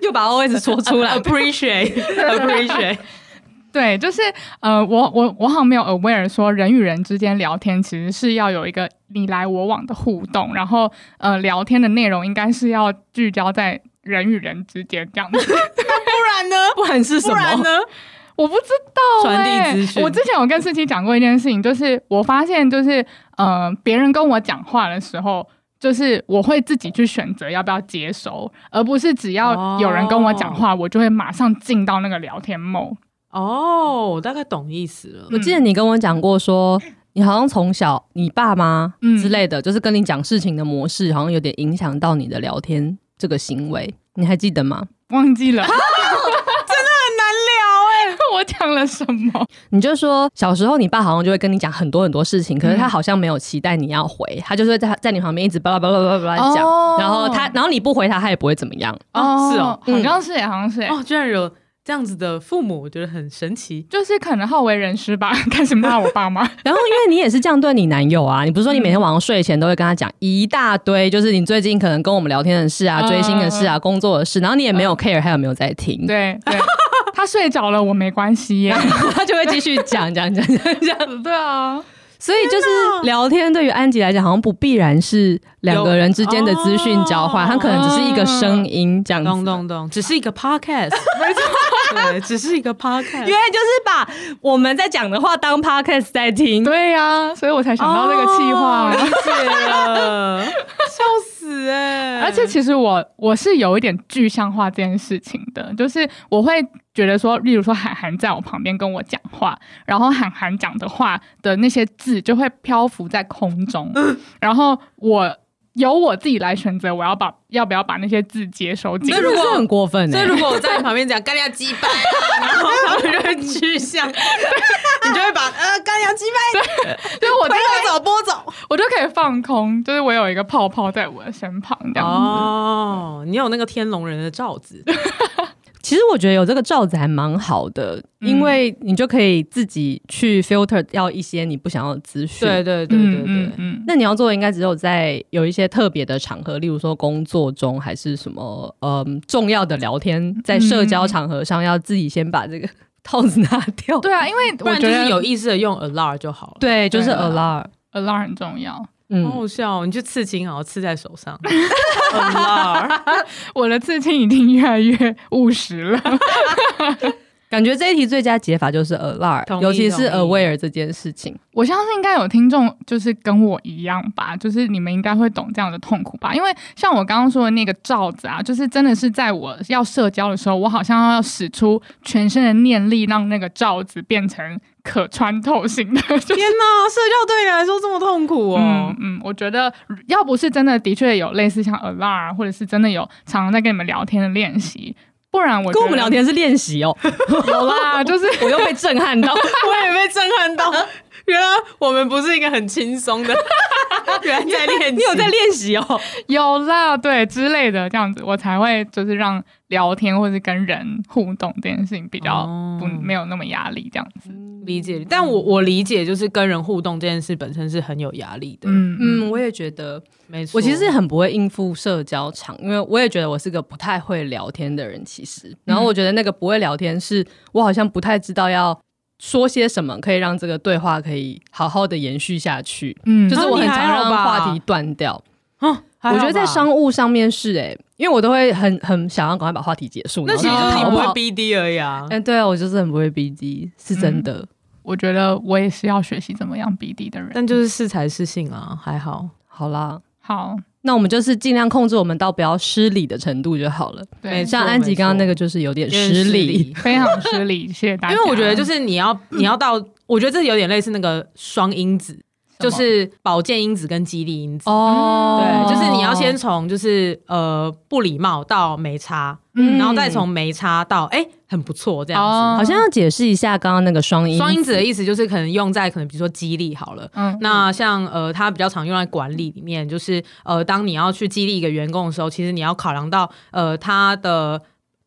[SPEAKER 8] 又把 OS 说出来，
[SPEAKER 3] *laughs*
[SPEAKER 2] *laughs*
[SPEAKER 3] appreciate appreciate，
[SPEAKER 4] 对，就是呃，我我我好像没有 aware 说人与人之间聊天其实是要有一个你来我往的互动，然后呃，聊天的内容应该是要聚焦在人与人之间这样子。
[SPEAKER 3] 不然呢？
[SPEAKER 8] 不然是什
[SPEAKER 3] 不然
[SPEAKER 8] 么？
[SPEAKER 3] 呢？
[SPEAKER 4] 我不知道、欸，
[SPEAKER 3] 传递资讯
[SPEAKER 4] 我之前有跟思琪讲过一件事情，就是我发现就是呃，别人跟我讲话的时候。就是我会自己去选择要不要接收，而不是只
[SPEAKER 3] 哦
[SPEAKER 4] 要有人跟我讲话，我就会马上进到那个聊天 mode。
[SPEAKER 3] 哦，我大概懂意思了。
[SPEAKER 4] 嗯
[SPEAKER 2] 我记得你跟我讲过说。你好像从小，你爸妈
[SPEAKER 4] 嗯
[SPEAKER 2] 之类的，就是跟你讲事情的模式，好像有点影响到你的聊天这个行为，你还记得吗？
[SPEAKER 4] 忘
[SPEAKER 3] *laughs*
[SPEAKER 4] 记了，真的很难聊哎、 *laughs* 我讲了什么？
[SPEAKER 2] 你就说小时候你爸好像就会跟你讲很多很多事情，可是
[SPEAKER 4] 嗯
[SPEAKER 2] 他好像没有期待你要回，他就是会在在你旁边一直巴拉巴拉巴拉巴拉讲，
[SPEAKER 4] 哦
[SPEAKER 2] 然后他然后你不回他，他也不会怎么样。
[SPEAKER 3] 哦是哦
[SPEAKER 4] 好像是耶，好像是耶。
[SPEAKER 3] 哦，居然有这样子的父母，我觉得很神奇。
[SPEAKER 4] 就是可能好为人师吧， *laughs* 开始骂我爸妈。
[SPEAKER 2] 然后因为你也是这样对你男友啊，你不是说你每
[SPEAKER 4] 嗯
[SPEAKER 2] 天晚上睡前都会跟他讲一大堆，就是你最近可能跟我们聊天的事啊、
[SPEAKER 4] 嗯
[SPEAKER 2] 追星的事啊、工作的事，然后你也没有 care 他有没有在听，
[SPEAKER 4] 对对，他睡着了，我没关系 *laughs* 耶。
[SPEAKER 2] 他就会继续讲讲讲讲讲。
[SPEAKER 4] 对啊，
[SPEAKER 2] 所以就是聊天对于安吉来讲，好像不必然是两个人之间的资讯交换，
[SPEAKER 3] 有
[SPEAKER 2] 他可能只是一个声音这样子。
[SPEAKER 3] 咚咚咚，只是一个 podcast，没错， *laughs* 对，只是一个 podcast。
[SPEAKER 2] 来就是把我们在讲的话当 podcast 在听。
[SPEAKER 4] *laughs* 对呀、所以我才想到这个气话。
[SPEAKER 3] 哦理解了，笑死哎、
[SPEAKER 4] 而且其实我我是有一点具象化这件事情的，就是我会觉得说，例如说韩寒在我旁边跟我讲话，然后韩寒讲的话的那些字就会漂浮在空中，
[SPEAKER 3] 嗯
[SPEAKER 4] 然后我由我自己来选择我要把要不要把那些字接收进
[SPEAKER 3] 那
[SPEAKER 4] 来。
[SPEAKER 3] 如果
[SPEAKER 2] 是很过分、欸，
[SPEAKER 3] 所以如果我在你旁边讲干掉鸡掰啊， *laughs* 然后他们就会具象，你就会把呃干掉鸡掰，
[SPEAKER 4] *laughs* 就是我就
[SPEAKER 3] 拨走拨走。
[SPEAKER 4] 我就可以放空，就是我有一个泡泡在我的身旁这样子。
[SPEAKER 3] 哦，你有那个天龙人的罩子，
[SPEAKER 2] *laughs* 其实我觉得有这个罩子还蛮好的，
[SPEAKER 4] 嗯
[SPEAKER 2] 因为你就可以自己去 filter 掉一些你不想要的资讯。
[SPEAKER 3] 对对对对
[SPEAKER 4] 嗯
[SPEAKER 3] 对
[SPEAKER 4] 嗯，嗯，
[SPEAKER 2] 那你要做的应该只有在有一些特别的场合，例如说工作中还是什么，嗯，重要的聊天，在社交场合上要自己先把这个 *laughs* 套子拿掉。
[SPEAKER 4] 对啊，因为
[SPEAKER 3] 不
[SPEAKER 4] 我
[SPEAKER 3] 然
[SPEAKER 4] 觉
[SPEAKER 3] 就是
[SPEAKER 4] 得
[SPEAKER 3] 有意识的用 alarm 就好了。
[SPEAKER 2] 对，就是
[SPEAKER 4] 对啊
[SPEAKER 2] alarm。
[SPEAKER 4] alarm 很重要。
[SPEAKER 2] 嗯，
[SPEAKER 3] 好好笑、哦，你去刺青好，刺在手 *laughs* 上，alarm，
[SPEAKER 4] 我的刺青已经越来越务实了。 *laughs*
[SPEAKER 2] 感觉这一题最佳解法就是 alarm，
[SPEAKER 3] 同意
[SPEAKER 2] 尤其是
[SPEAKER 3] 同意
[SPEAKER 2] aware 这件事情。
[SPEAKER 4] 我相信应该有听众就是跟我一样吧，就是你们应该会懂这样的痛苦吧。因为像我刚刚说的那个罩子啊，就是真的是在我要社交的时候，我好像要使出全身的念力，让那个罩子变成可穿透性的。 *laughs* 就是
[SPEAKER 3] *laughs* 天哪，社交对你来说这么痛苦哦。
[SPEAKER 4] 嗯嗯，我觉得要不是真的的确有类似像 alarm，或者啊是真的有常常在跟你们聊天的练习，不然我
[SPEAKER 2] 跟我们
[SPEAKER 4] 觉得
[SPEAKER 2] 聊天是练习哦，
[SPEAKER 4] 有啦，
[SPEAKER 2] *laughs*
[SPEAKER 4] 就是
[SPEAKER 2] 我又被震撼到。
[SPEAKER 3] *laughs* 我也被震撼 *laughs* 到，原来我们不是一个很轻松 *laughs* 的，原来在练习，
[SPEAKER 2] 你有在练习哦？
[SPEAKER 4] 有啦，对之类的这样子，我才会就是让聊天或是跟人互动这件事情比较
[SPEAKER 3] 哦
[SPEAKER 4] 不、没有那么压力这样子。
[SPEAKER 3] 理解，但我我理解就是跟人互动这件事本身是很有压力的，
[SPEAKER 4] 嗯嗯
[SPEAKER 2] 嗯，我也觉得，
[SPEAKER 3] 没错。
[SPEAKER 2] 我其实很不会应付社交场，因为我也觉得我是个不太会聊天的人。其实，然后我觉得那个不会聊天是我好像不太知道要说些什么，可以让这个对话可以好好的延续下去。
[SPEAKER 4] 嗯，
[SPEAKER 2] 就是我很
[SPEAKER 3] 啊
[SPEAKER 2] 常
[SPEAKER 3] 你还好
[SPEAKER 2] 让
[SPEAKER 3] 吧
[SPEAKER 2] 话题断掉。
[SPEAKER 3] 还好
[SPEAKER 2] 我
[SPEAKER 3] 吧
[SPEAKER 2] 觉得在商务上面是哎、因为我都会很很想要赶快把话题结束。
[SPEAKER 3] 那其实
[SPEAKER 2] 然后
[SPEAKER 3] 就是
[SPEAKER 2] 逃
[SPEAKER 3] 你哦不会
[SPEAKER 2] 跑
[SPEAKER 3] BD 而已啊。
[SPEAKER 2] 哎、对啊，我就是很不会 BD，是真的。
[SPEAKER 3] 嗯
[SPEAKER 4] 我觉得我也是要学习怎么样 BD 的人。
[SPEAKER 3] 但就是适才适性啊，还好。
[SPEAKER 2] 好啦，
[SPEAKER 4] 好，
[SPEAKER 2] 那我们就是尽量控制我们到不要失礼的程度就好了。
[SPEAKER 4] 对
[SPEAKER 3] 没，错
[SPEAKER 2] 像安吉刚刚那个就是有点失
[SPEAKER 3] 失
[SPEAKER 2] 礼，
[SPEAKER 3] 礼，
[SPEAKER 4] 非常失礼，谢谢大
[SPEAKER 3] 因
[SPEAKER 4] 家。
[SPEAKER 3] 为我觉得就是你
[SPEAKER 4] *clears throat*
[SPEAKER 3] 要你要到，我觉得这有点类似那个双因子，
[SPEAKER 4] 什
[SPEAKER 3] 就
[SPEAKER 4] 么
[SPEAKER 3] 是保健因子跟激励因子。
[SPEAKER 2] 哦
[SPEAKER 3] 对，就是你要先从就是呃不礼貌到没差，
[SPEAKER 4] 嗯
[SPEAKER 3] 然后再从没差到哎、很不错这样子。
[SPEAKER 4] 哦，
[SPEAKER 2] 好像要解释一下刚刚那个双音
[SPEAKER 3] 双因子的意思就是可能用在可能比如说激励好了。
[SPEAKER 4] 嗯
[SPEAKER 3] 那像呃，它比较常用在管理里面，就是呃，当你要去激励一个员工的时候，其实你要考量到呃他的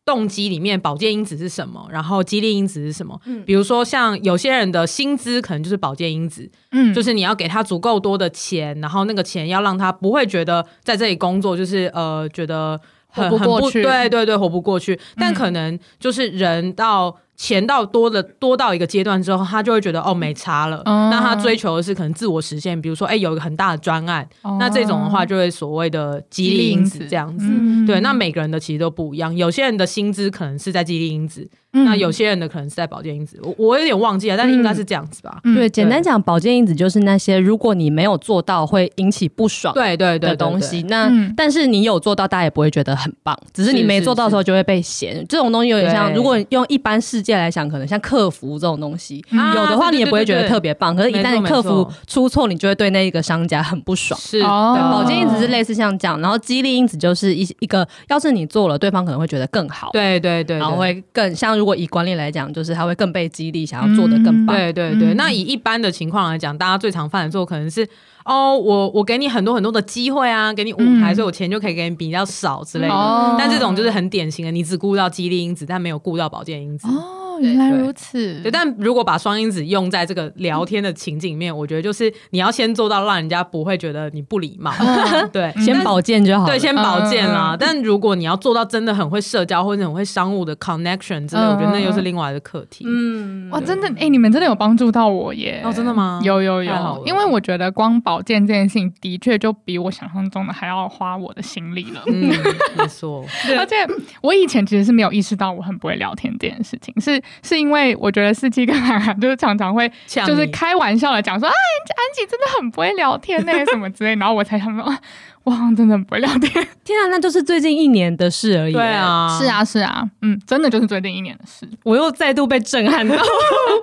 [SPEAKER 3] 动机里面保健因子是什么，然后激励因子是什么。比如说像有些人的薪资可能就是保健因子，
[SPEAKER 4] 嗯，
[SPEAKER 3] 就是你要给他足够多的钱，然后那个钱要让他不会觉得在这里工作就是呃觉得很
[SPEAKER 4] 活不
[SPEAKER 3] 很
[SPEAKER 4] 过
[SPEAKER 3] 不
[SPEAKER 4] 去
[SPEAKER 3] 对对对，活不过去。但可能就是人到。钱到多的多到一个阶段之后，他就会觉得哦没差了。
[SPEAKER 4] 嗯
[SPEAKER 3] 那他追求的是可能自我实现，比如说哎、有一个很大的专案，
[SPEAKER 4] 哦
[SPEAKER 3] 那这种的话就会所谓的激励因子这样子。
[SPEAKER 4] 嗯
[SPEAKER 3] 对，那每个人的其实都不一样，有些人的薪资可能是在激励因子，那有些人的可能是在保健因子。我我有点忘记了，但应该是这样子吧？
[SPEAKER 4] 嗯
[SPEAKER 6] 对，简单讲，保健因子就是那些如果你没有做到会引起不爽
[SPEAKER 3] 对对对
[SPEAKER 6] 的
[SPEAKER 3] 对
[SPEAKER 6] 东西。，那、
[SPEAKER 4] 嗯
[SPEAKER 6] 但是你有做到，大家也不会觉得很棒，只是你
[SPEAKER 3] 是
[SPEAKER 6] 没
[SPEAKER 3] 是
[SPEAKER 6] 做到的时候就会被嫌。这种东西有点像，
[SPEAKER 3] 对
[SPEAKER 6] 如果用一般世界来想，可能像客服这种东西。
[SPEAKER 3] 对啊
[SPEAKER 6] 有的话，你也不会觉得特
[SPEAKER 3] 别
[SPEAKER 6] 别棒。可是，一
[SPEAKER 3] 没
[SPEAKER 6] 旦
[SPEAKER 3] 错没
[SPEAKER 6] 客服
[SPEAKER 3] 错嗯
[SPEAKER 6] 出错，你就会对那个商家很不爽。
[SPEAKER 3] 是
[SPEAKER 4] 哦
[SPEAKER 3] 对
[SPEAKER 6] 保健因子是类似像这样，然后激励因子就是一一个，要是你做了，对方可能会觉得更好，
[SPEAKER 3] 对对对，
[SPEAKER 6] 然后
[SPEAKER 3] 对
[SPEAKER 6] 会更像如果以管理来讲，就是他会更被激励，想要做得更棒。
[SPEAKER 3] 对对对，
[SPEAKER 4] 嗯
[SPEAKER 3] 那以一般的情况来讲，大家最常犯的错可能是哦，我我给你很多很多的机会啊，给你舞台，
[SPEAKER 4] 嗯
[SPEAKER 3] 所以我钱就可以给你比较少之类的。
[SPEAKER 4] 哦，
[SPEAKER 3] 但这种就是很典型的，你只顾到激励因子，但没有顾到保健因子。
[SPEAKER 4] 哦，原来
[SPEAKER 3] 对
[SPEAKER 4] 如此，
[SPEAKER 3] 对，但如果把双因子用在这个聊天的情景里面，我觉得就是你要先做到让人家不会觉得你不礼貌， *laughs* 对，嗯
[SPEAKER 6] 先保健就好了。
[SPEAKER 3] 对，先保健啦。
[SPEAKER 4] 嗯嗯嗯嗯
[SPEAKER 3] 但如果你要做到真的很会社交或者很会商务的 connection 之类，
[SPEAKER 4] 嗯
[SPEAKER 3] 我觉得那又是另外的课题。
[SPEAKER 6] 嗯
[SPEAKER 4] 哇，真的，哎、你们真的有帮助到我耶！
[SPEAKER 3] 哦真的吗
[SPEAKER 4] 有有
[SPEAKER 3] 太好了，
[SPEAKER 4] 有因为我觉得光保健这件事情，的确就比我想象中的还要花我的心力
[SPEAKER 3] *laughs*
[SPEAKER 4] 了。
[SPEAKER 3] 嗯，没错，
[SPEAKER 4] 而且我以前其实是没有意识到我很不会聊天这件事情，是是因为我觉得四季跟涵涵就是常常会
[SPEAKER 3] 呛
[SPEAKER 4] 就是
[SPEAKER 3] 你
[SPEAKER 4] 开玩笑的讲说，哎，安吉真的很不会聊天
[SPEAKER 3] *laughs*
[SPEAKER 4] 呢、什么之类，然后我才想说，啊我好像真的很不会聊
[SPEAKER 3] *laughs*
[SPEAKER 4] 天。
[SPEAKER 6] 天啊，那就是最近一年的事而已。
[SPEAKER 3] 对，啊，
[SPEAKER 4] 是，啊，是啊，嗯，真的就是最近一年的事。
[SPEAKER 6] 我又再度被震撼到。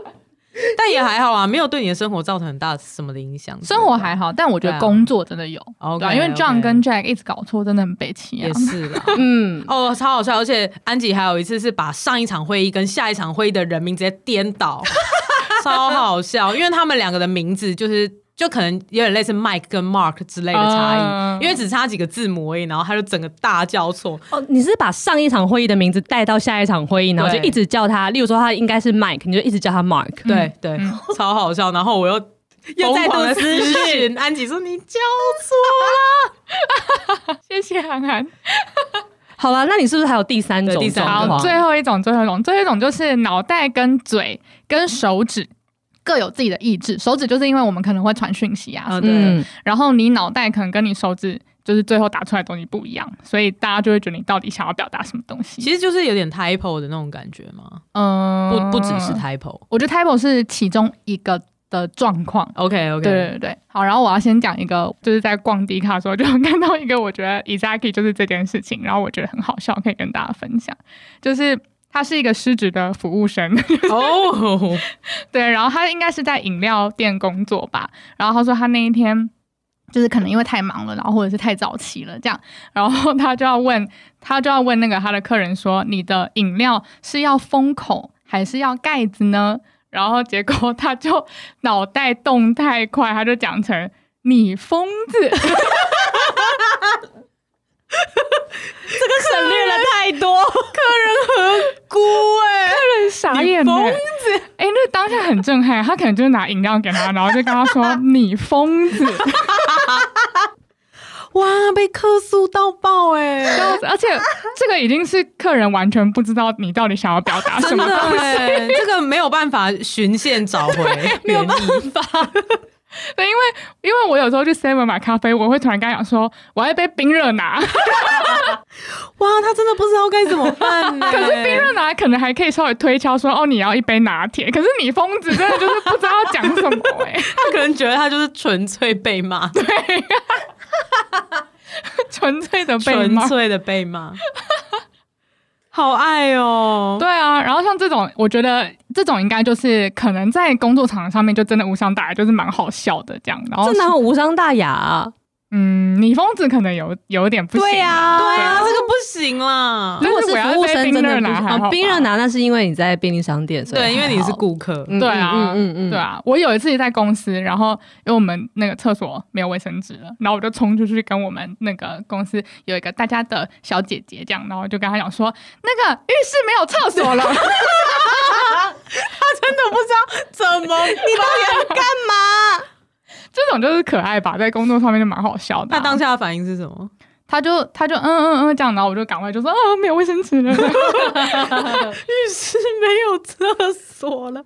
[SPEAKER 3] *laughs* 但也还好啊，没有对你的生活造成很大什么的影响。
[SPEAKER 4] 生活还好，但我觉得
[SPEAKER 3] 对啊
[SPEAKER 4] 工作真的有，
[SPEAKER 3] OK，
[SPEAKER 4] 对啊因为
[SPEAKER 3] OK
[SPEAKER 4] John 跟 Jack 一直搞错，真的很悲戚啊
[SPEAKER 3] 也。是啦。
[SPEAKER 6] 嗯，
[SPEAKER 3] 哦，超好笑！而且安吉还有一次是把上一场会议跟下一场会议的人名直接颠倒，超好笑，因为他们两个的名字就是就可能有点类似 Mike 跟 Mark 之类的差异。
[SPEAKER 4] 嗯
[SPEAKER 3] 因为只差几个字母而已，然后他就整个大叫错，
[SPEAKER 6] *laughs* 哦，你是把上一场会议的名字带到下一场会议，然后就
[SPEAKER 3] 对
[SPEAKER 6] 一直叫他，例如说他应该是 Mike，你就一直叫他 Mark。
[SPEAKER 2] 嗯
[SPEAKER 6] 嗯
[SPEAKER 3] 对对，超好笑。然后我又
[SPEAKER 6] 又再
[SPEAKER 3] 疯
[SPEAKER 6] 度
[SPEAKER 3] 狂地
[SPEAKER 6] 私
[SPEAKER 3] 私讯安吉说你叫错
[SPEAKER 4] 谢谢涵涵。
[SPEAKER 6] 好了，那你是不是还有第三种
[SPEAKER 3] 对第三
[SPEAKER 6] 状
[SPEAKER 3] 种
[SPEAKER 4] 好，
[SPEAKER 6] 况
[SPEAKER 4] 最后一种，最后一种，最后一种就是脑袋跟嘴跟手指。各有自己的意志，手指就是因为我们可能会传讯息啊，
[SPEAKER 3] 啊，对，
[SPEAKER 6] 嗯，
[SPEAKER 4] 然后你脑袋可能跟你手指就是最后打出来的东西不一样，所以大家就会觉得你到底想要表达什么东西。
[SPEAKER 3] 其实就是有点 typo 的那种感觉嘛，
[SPEAKER 4] 嗯
[SPEAKER 3] 不不只是 typo。
[SPEAKER 4] 我觉得 typo 是其中一个的状况，
[SPEAKER 3] OK
[SPEAKER 4] 对
[SPEAKER 3] OK，
[SPEAKER 4] 对对对，好，然后我要先讲一个，就是在逛迪卡的时候就看到一个，我觉得 exactly 就是这件事情，然后我觉得很好笑，可以跟大家分享，就是。他是一个失职的服务生，
[SPEAKER 3] *laughs* 哦，
[SPEAKER 4] 对，然后他应该是在饮料店工作吧。然后他说他那一天就是可能因为太忙了，然后或者是太早起了这样，然后他就要问他就要问那个他的客人说：“你的饮料是要封口还是要盖子呢？”然后结果他就脑袋动太快，他就讲成“你疯子”。
[SPEAKER 6] 省略了太多。
[SPEAKER 3] 姑哎，
[SPEAKER 4] *laughs* 傻眼、欸，疯子！哎、那当下很震撼，他可能就是拿饮料给他，然后就跟他说：“ *laughs* 你疯子
[SPEAKER 3] 哇，被客诉到爆哎！”
[SPEAKER 4] 这样子，而且这个已经是客人完全不知道你到底想要表达什
[SPEAKER 3] 真
[SPEAKER 4] 么
[SPEAKER 3] 的
[SPEAKER 4] 东西。
[SPEAKER 3] 哎，这个没有办法循线找回 *laughs* 没有办法。
[SPEAKER 4] *laughs* 对，因为因为我有时候去 Seven 买咖啡，我会突然跟他讲说：“我要一杯冰热拿。”
[SPEAKER 3] 哇，他真的不知道该怎么办呢。
[SPEAKER 4] *laughs* 可是冰热拿可能还可以稍微推敲说：“哦，你要一杯拿铁。”可是你疯子真的就是不知道要讲什么哎、
[SPEAKER 3] 他可能觉得他就是纯粹被骂，
[SPEAKER 4] *laughs* 纯粹的被
[SPEAKER 3] 纯
[SPEAKER 4] 骂。
[SPEAKER 3] 粹的 *laughs* 被骂。好爱哦！
[SPEAKER 4] 对啊，然后像这种，我觉得这种应该就是可能哦在工作场上面就真的无伤大雅，就是蛮好笑的这样。然后
[SPEAKER 6] 这哪有无伤大雅啊？
[SPEAKER 4] 嗯，你疯子可能有有点不行。
[SPEAKER 2] 对呀，
[SPEAKER 3] 对啊，这个不行啦。
[SPEAKER 4] 但
[SPEAKER 2] 如果是
[SPEAKER 4] 我要
[SPEAKER 2] 服务
[SPEAKER 4] 杯
[SPEAKER 2] 生，
[SPEAKER 4] 冰
[SPEAKER 2] 真的
[SPEAKER 4] 热
[SPEAKER 2] 不
[SPEAKER 4] 拿
[SPEAKER 6] 哦
[SPEAKER 4] 还好
[SPEAKER 2] 啊，冰
[SPEAKER 4] 吧
[SPEAKER 2] 热拿那是因为你在便利商店，所以
[SPEAKER 3] 对，因为你
[SPEAKER 2] 还
[SPEAKER 3] 是
[SPEAKER 2] 好，
[SPEAKER 3] 顾客，
[SPEAKER 2] 嗯
[SPEAKER 4] 对啊，
[SPEAKER 2] 嗯嗯嗯
[SPEAKER 4] 对啊，我有一次在公司，然后因为我们那个厕所没有卫生纸了，然后我就冲出去跟我们那个公司有一个大家的小姐姐这样，然后就跟她讲说，那个浴室没有厕
[SPEAKER 2] *laughs*
[SPEAKER 4] 所了， *laughs*
[SPEAKER 3] 真的不知道怎 *laughs* 么，你到底
[SPEAKER 4] 这种就是可爱吧，在工作上面就蛮好笑的啊、
[SPEAKER 3] 他当下的反应是什么？
[SPEAKER 4] 他就他就嗯嗯嗯这样，然后我就赶快就说啊没有卫生纸了，
[SPEAKER 2] *laughs*
[SPEAKER 4] *laughs*
[SPEAKER 3] 啊浴室没有厕所了。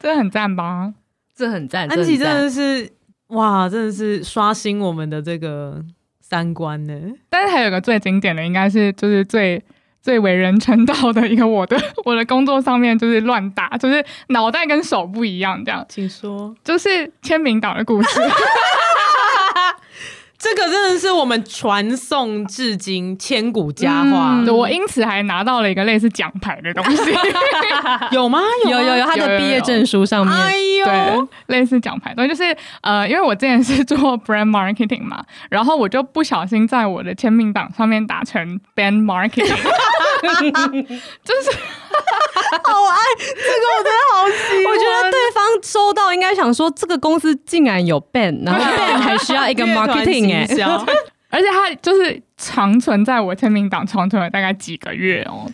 [SPEAKER 4] 真的很赞吧？
[SPEAKER 6] 这很赞，
[SPEAKER 3] 安琪
[SPEAKER 6] 这很赞
[SPEAKER 3] 真的是哇，真的是刷新我们的这个三观呢。
[SPEAKER 4] 但是还有个最经典的，应该是就是最最为人称道的一个，我的 *laughs* 我的工作上面就是乱打，就是脑袋跟手不一样，这样
[SPEAKER 3] 请说，
[SPEAKER 4] 就是签名档的故事。
[SPEAKER 3] 这个真的是我们传颂至今千古佳话，
[SPEAKER 4] 嗯我因此还拿到了一个类似奖牌的东
[SPEAKER 3] *laughs*
[SPEAKER 4] 西，
[SPEAKER 3] 有吗？
[SPEAKER 2] 有
[SPEAKER 3] 吗
[SPEAKER 2] 有有，他
[SPEAKER 4] 有有
[SPEAKER 2] 的毕业
[SPEAKER 4] 有
[SPEAKER 2] 证书上面，
[SPEAKER 3] 哎呦，
[SPEAKER 4] 对，类似奖牌，东西，就是呃，因为我之前是做 *laughs* brand marketing 嘛，然后我就不小心在我的签名档上面打成 band marketing，就是
[SPEAKER 2] 好爱这个，我真的好喜我觉得对方收到应该想说，这个公司竟然有 ban，然后 ban 还需要一
[SPEAKER 3] *laughs*
[SPEAKER 2] 个
[SPEAKER 3] 乐啊团
[SPEAKER 4] 欸
[SPEAKER 2] marketing 哎、
[SPEAKER 3] 行销
[SPEAKER 4] 而且它就是长存在我签名档，长存了大概几个月哦，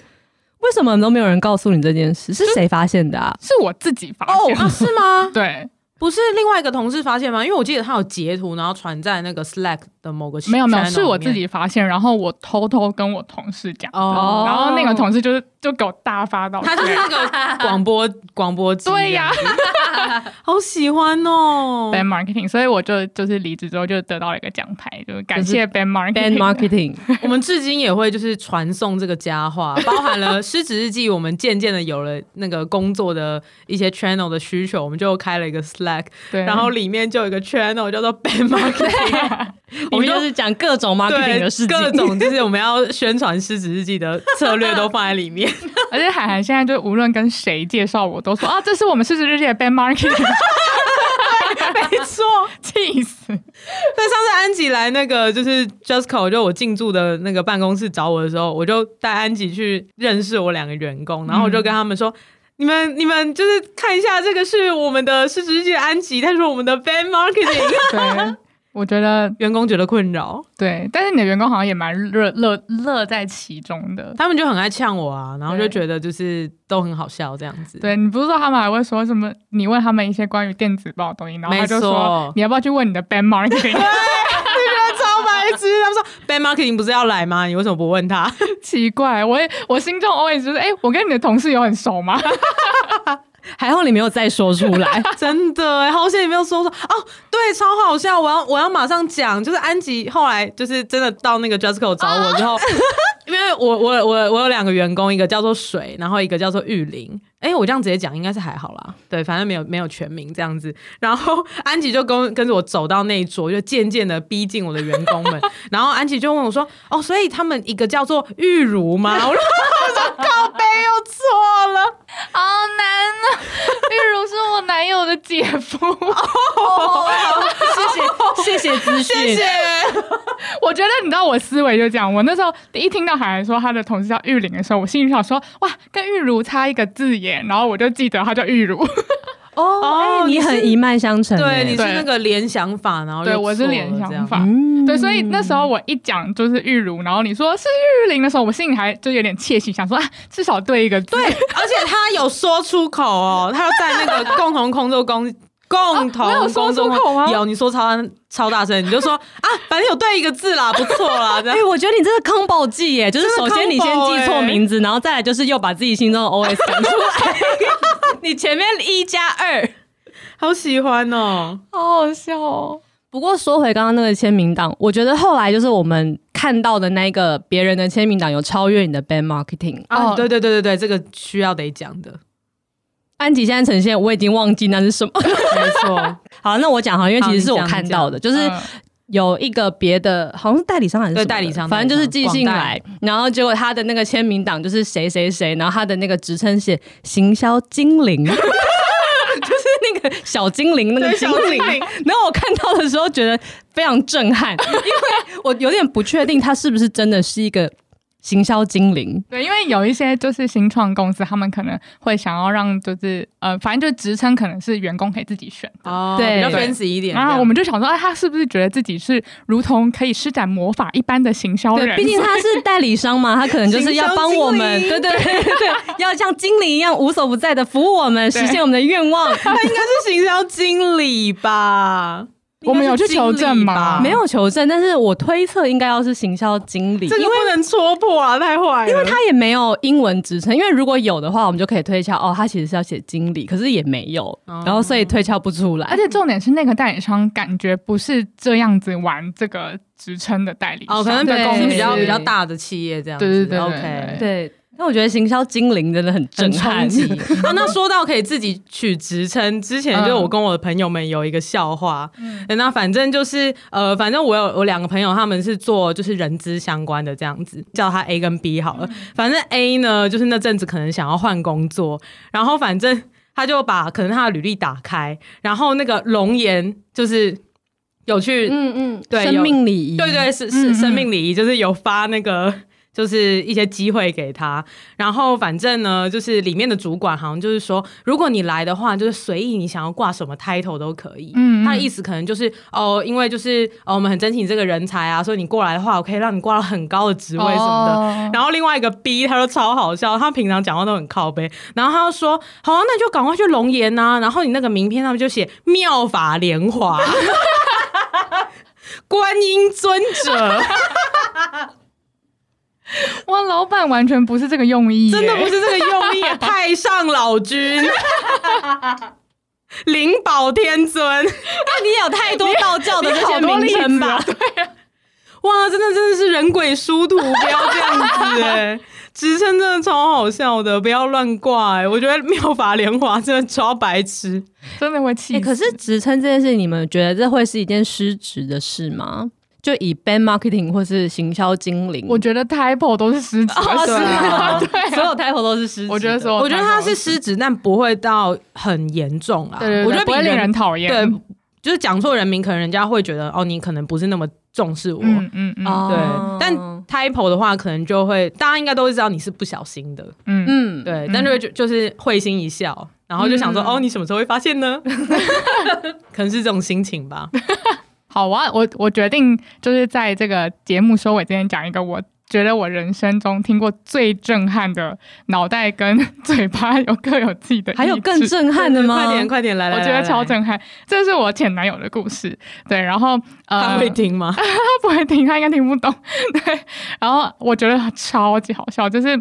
[SPEAKER 2] 为什么都没有人告诉你这件事？是谁发现的啊？
[SPEAKER 4] 是我自己发现
[SPEAKER 3] *laughs*
[SPEAKER 4] 的。
[SPEAKER 3] 哦，是吗？
[SPEAKER 4] 对，
[SPEAKER 3] 不是另外一个同事发现吗？因为我记得他有截图，然后传在那个 Slack 的某个
[SPEAKER 4] 没有没有，
[SPEAKER 3] channel
[SPEAKER 4] 是我
[SPEAKER 3] 里
[SPEAKER 4] 自
[SPEAKER 3] 面
[SPEAKER 4] 己发现，然后我偷偷跟我同事讲，
[SPEAKER 3] 哦，
[SPEAKER 4] 然后那个同事就是就给我大发到，
[SPEAKER 3] 他就是那个广播广播机，
[SPEAKER 4] 对呀、
[SPEAKER 3] 好喜欢哦
[SPEAKER 4] b a n marketing，所以我就就是离职之后就得到了一个奖牌，就是感谢 b a n
[SPEAKER 2] ban
[SPEAKER 3] *laughs*
[SPEAKER 4] marketing。
[SPEAKER 2] marketing，
[SPEAKER 3] 我们至今也会就是传送这个佳话，包含了失职日记。我们渐渐的有了那个工作的一些 channel 的需求，我们就开了一个 Slack，
[SPEAKER 4] 对，
[SPEAKER 3] 然后里面就有一个 channel 叫做 Ben Marketing，
[SPEAKER 2] 我们就是讲各种 marketing 的事
[SPEAKER 3] 对
[SPEAKER 2] 情，
[SPEAKER 3] 各种就是我们要宣传失职日记的策略都放在里面。
[SPEAKER 4] *laughs* 而且海涵现在就无论跟谁介绍我都说啊，这是我们狮子日记的 b a
[SPEAKER 3] *laughs*
[SPEAKER 4] n marketing，
[SPEAKER 3] 没错，
[SPEAKER 4] *laughs* 气
[SPEAKER 3] *laughs*
[SPEAKER 4] 死！
[SPEAKER 3] 所以上次安吉来那个就是 Justco，就我进驻的那个办公室找我的时候，我就带安吉去认识我两个员工，然后我就
[SPEAKER 4] 嗯
[SPEAKER 3] 跟他们说。你们你们就是看一下，这个是我们的失职日记的安吉，他是我们的 Ban Marketing
[SPEAKER 4] 对，我觉得
[SPEAKER 3] 员工觉得困扰，
[SPEAKER 4] 对，但是你的员工好像也蛮乐乐乐在其中的。
[SPEAKER 3] 他们就很爱呛我啊，然后就
[SPEAKER 4] 对
[SPEAKER 3] 觉得就是都很好笑这样子。 *laughs*
[SPEAKER 4] 对你不是说他们还会说什么？你问他们一些关于电子报的东西，然后他就
[SPEAKER 3] 没
[SPEAKER 4] 说
[SPEAKER 3] 错
[SPEAKER 4] 你要不要去问你的 b a n marketing？
[SPEAKER 3] *laughs* 超白痴！他们说 Ben Marketing 不是要来吗？你为什么不问他？
[SPEAKER 4] 奇怪，我也我心中 always 就是，哎、我跟你的同事有很熟吗？
[SPEAKER 2] 还好你没有再说出 *laughs* 来。
[SPEAKER 3] 真的欸，好险你没有说说哦，对，超好笑！我要我要马上讲，就是安吉后来就是真的到那个 Justco 找我之后，
[SPEAKER 2] 啊
[SPEAKER 3] *laughs* 因为我我我我有两个员工，一个叫做水，然后一个叫做玉林。哎，我这样直接讲应该是还好啦，对，反正没有没有全名这样子。然后安吉就跟跟着我走到那一桌，就渐渐的逼近我的员工
[SPEAKER 2] *laughs*
[SPEAKER 3] 们。然后安吉就问我说：“哦，所以他们一个叫做玉如吗？”我说：“哦我说靠背又错了。”
[SPEAKER 5] 好难啊！
[SPEAKER 4] *laughs*
[SPEAKER 5] 玉如是我男友的姐夫，
[SPEAKER 2] 谢谢谢谢资讯，
[SPEAKER 3] 谢谢。
[SPEAKER 4] 我觉得你知道我思维就这样。我那时候第一听到海涵说他的同事叫玉玲的时候，我心里想说，哇，跟玉如差一个字眼，然后我就记得他叫
[SPEAKER 3] *laughs*
[SPEAKER 4] 玉如。
[SPEAKER 2] 哦，你很一脉相承、
[SPEAKER 3] 对，你是
[SPEAKER 2] 哎
[SPEAKER 3] 那个联想法，然后
[SPEAKER 4] 对
[SPEAKER 3] 就
[SPEAKER 4] 我是
[SPEAKER 3] 错了
[SPEAKER 4] 联
[SPEAKER 3] 这
[SPEAKER 4] 想
[SPEAKER 3] 样
[SPEAKER 4] 法，
[SPEAKER 2] 嗯
[SPEAKER 4] 对，所以那时候我一讲就是玉如，然后你说是玉玲的时候，我心里还就有点窃喜，想说啊，至少对一个字。
[SPEAKER 3] 对，而且他有说出口哦，他有在那个共同工作公。共同
[SPEAKER 4] 我啊有说
[SPEAKER 3] 工作
[SPEAKER 4] 出口吗
[SPEAKER 3] 有，你说超超大声，你就说啊，反正有对一个字啦，不错啦，这样、
[SPEAKER 2] 哎我觉得你这个 combo 记耶，就是首先你先
[SPEAKER 3] combo
[SPEAKER 2] 记错
[SPEAKER 3] 哎
[SPEAKER 2] 名字，然后再来就是又把自己心中的 OS 讲出来。你前面一加二，
[SPEAKER 3] *laughs* 好喜欢哦。
[SPEAKER 4] 好好笑哦！
[SPEAKER 2] 不过说回刚刚那个签名档，我觉得后来就是我们看到的那个别人的签名档有超越你的 band marketing。
[SPEAKER 3] 啊，
[SPEAKER 4] 哦
[SPEAKER 3] 对对对对对，这个需要得讲的，
[SPEAKER 2] 安吉现在呈现，我已经忘记那是什么。 *laughs*
[SPEAKER 3] 没错，
[SPEAKER 4] *laughs*
[SPEAKER 2] 好，那我讲哈，因为其实是我
[SPEAKER 3] 好你讲
[SPEAKER 2] 看到的，就是
[SPEAKER 4] 嗯
[SPEAKER 2] 有一个别的，好像是代理商还是
[SPEAKER 3] 对
[SPEAKER 2] 什么的
[SPEAKER 3] 代理商
[SPEAKER 2] 反正就是寄信
[SPEAKER 3] 代
[SPEAKER 2] 来，然后结果他的那个签名档 *laughs* 就是谁谁谁，然后他的那个职称写行销精灵，就是那个小精灵那个
[SPEAKER 3] 对
[SPEAKER 2] 精
[SPEAKER 3] 小精
[SPEAKER 2] 灵
[SPEAKER 3] 灵。
[SPEAKER 2] *laughs* 然后我看到的时候觉得非常震撼，因为我有点不确定他是不是真的是一个行销精灵。
[SPEAKER 4] 对，因为有一些就是新创公司，他们可能会想要让就是呃，反正就职称可能是员工可以自己选。
[SPEAKER 3] 哦
[SPEAKER 2] 对
[SPEAKER 3] 比较 fancy 一点这
[SPEAKER 4] 然
[SPEAKER 3] 样。
[SPEAKER 4] 后我们就想说，啊，他是不是觉得自己是如同可以施展魔法一般的行销
[SPEAKER 2] 对，
[SPEAKER 4] 人？
[SPEAKER 2] 毕竟他是代理商嘛，他可能就是要帮我们，对
[SPEAKER 3] 行销
[SPEAKER 2] 对对对，要像精灵一样无所不在的服务我们，
[SPEAKER 4] 对
[SPEAKER 2] 实现我们的愿望。
[SPEAKER 3] 他应该是行销经理吧？
[SPEAKER 4] 我们有去求证吗
[SPEAKER 2] 没有求证，但是我推测应该要是行销经理，
[SPEAKER 3] 应该是经理吧，
[SPEAKER 2] 因
[SPEAKER 3] 这个
[SPEAKER 2] 为
[SPEAKER 3] 不能戳破啊，太坏了。因为
[SPEAKER 2] 他也没有英文职称，因为如果有的话，我们就可以推敲哦，他其实是要写经理，可是也没有，
[SPEAKER 3] 哦
[SPEAKER 2] 然后所以推敲不出来
[SPEAKER 4] 而。且重点是那个代理商感觉不是这样子玩这个职称的代理商，
[SPEAKER 3] 哦，可能比
[SPEAKER 2] 对
[SPEAKER 3] 较比较
[SPEAKER 2] 是
[SPEAKER 3] 比较大的企业这样子。
[SPEAKER 4] 对对对对
[SPEAKER 3] OK。
[SPEAKER 2] 对，但我觉得行销精灵真的很震撼，
[SPEAKER 3] 啊，那说到可以自己取职称，之前就
[SPEAKER 4] 嗯
[SPEAKER 3] 我跟我的朋友们有一个笑话，嗯、那反正就是呃，反正我有我两个朋友，他们是做就是人资相关的这样子，叫他 A 跟 B 好了。反正 A 呢，就是那阵子可能想要换工作，然后反正他就把可能他的履历打开，然后那个龙岩就是有去
[SPEAKER 2] 嗯嗯，
[SPEAKER 3] 对
[SPEAKER 2] 生命礼仪，
[SPEAKER 3] 对对，是是生命礼仪，就是有发那个。 *laughs* 就是一些机会给他，然后反正呢，就是里面的主管好像就是说，如果你来的话，就是随意你想要挂什么 title 都可以。
[SPEAKER 4] 嗯嗯
[SPEAKER 3] 他的意思可能就是哦，因为就是哦，我们很珍惜你这个人才啊，所以你过来的话，我可以让你挂到很高的职位什么的。
[SPEAKER 2] 嗯
[SPEAKER 4] 哦
[SPEAKER 3] 然后另外一个 B，他就超好笑，他平常讲话都很靠背，然后他就说：“好、啊，那你就赶快去龙岩呐、然后你那个名片上面就写‘妙法莲华’， *laughs* 观音尊者，
[SPEAKER 4] 哇，老板完全不是这个用意耶，
[SPEAKER 3] 真的不是这个用意，太上
[SPEAKER 2] *laughs*
[SPEAKER 3] 老君。”灵宝天尊，
[SPEAKER 2] 那你有太多道教的这些
[SPEAKER 4] 好多
[SPEAKER 2] 名
[SPEAKER 4] 例
[SPEAKER 2] 称
[SPEAKER 4] 子
[SPEAKER 2] 吧
[SPEAKER 4] 啊？
[SPEAKER 3] 哇，真的真的是人鬼殊途，不要这样
[SPEAKER 4] *laughs*
[SPEAKER 3] 子哎、职称真的超好笑的，不要乱挂哎，我觉得妙法莲华真的超白痴。
[SPEAKER 4] 真的会气
[SPEAKER 2] 哎、
[SPEAKER 4] 死。
[SPEAKER 2] 可是职称这件事情，你们觉得这会是一件失职的事吗？就以 band marketing 或是行销经理，
[SPEAKER 4] 我觉得 typo 都是失职的
[SPEAKER 2] 哦是
[SPEAKER 4] 事，
[SPEAKER 3] 啊
[SPEAKER 2] 吗
[SPEAKER 4] *laughs* 对啊
[SPEAKER 2] 所有 title 都是失职的。
[SPEAKER 4] 我觉得所有 typo 都，
[SPEAKER 3] 我觉得他是失职，但不会到很严重啦。
[SPEAKER 4] 对，对对，
[SPEAKER 3] 我觉得
[SPEAKER 4] 不
[SPEAKER 3] 比
[SPEAKER 4] 会令人讨厌。嗯
[SPEAKER 3] 对，就是讲错人名，可能人家会觉得哦，你可能不是那么重视我。啊
[SPEAKER 4] 嗯嗯嗯
[SPEAKER 2] 哦
[SPEAKER 3] 对，但 typo 的话，可能就会大家应该都会知道你是不小心的，
[SPEAKER 4] 嗯嗯，
[SPEAKER 2] 嗯，
[SPEAKER 3] 对，但就会就就是会心一笑，然后就想说、
[SPEAKER 2] 嗯
[SPEAKER 3] 哦，你什么时候会发
[SPEAKER 2] *laughs*
[SPEAKER 3] 现呢？可能是这种心情吧。
[SPEAKER 4] 好，我要我我决定就是在这个节目收尾之前讲一个我。觉得我人生中听过最震撼的脑袋跟 *laughs* 嘴巴有各有自己的意志，
[SPEAKER 2] 还有更震撼的吗？
[SPEAKER 3] 快点，快点来来，
[SPEAKER 4] 我觉
[SPEAKER 3] 来
[SPEAKER 4] 得超。
[SPEAKER 3] 来
[SPEAKER 4] 震撼。这是我前男友的故事，对，然后
[SPEAKER 2] *laughs*
[SPEAKER 4] 呃，
[SPEAKER 3] 他会听吗？
[SPEAKER 4] 他不会听，他应该听不懂。对，然后我觉得超级好笑，就是。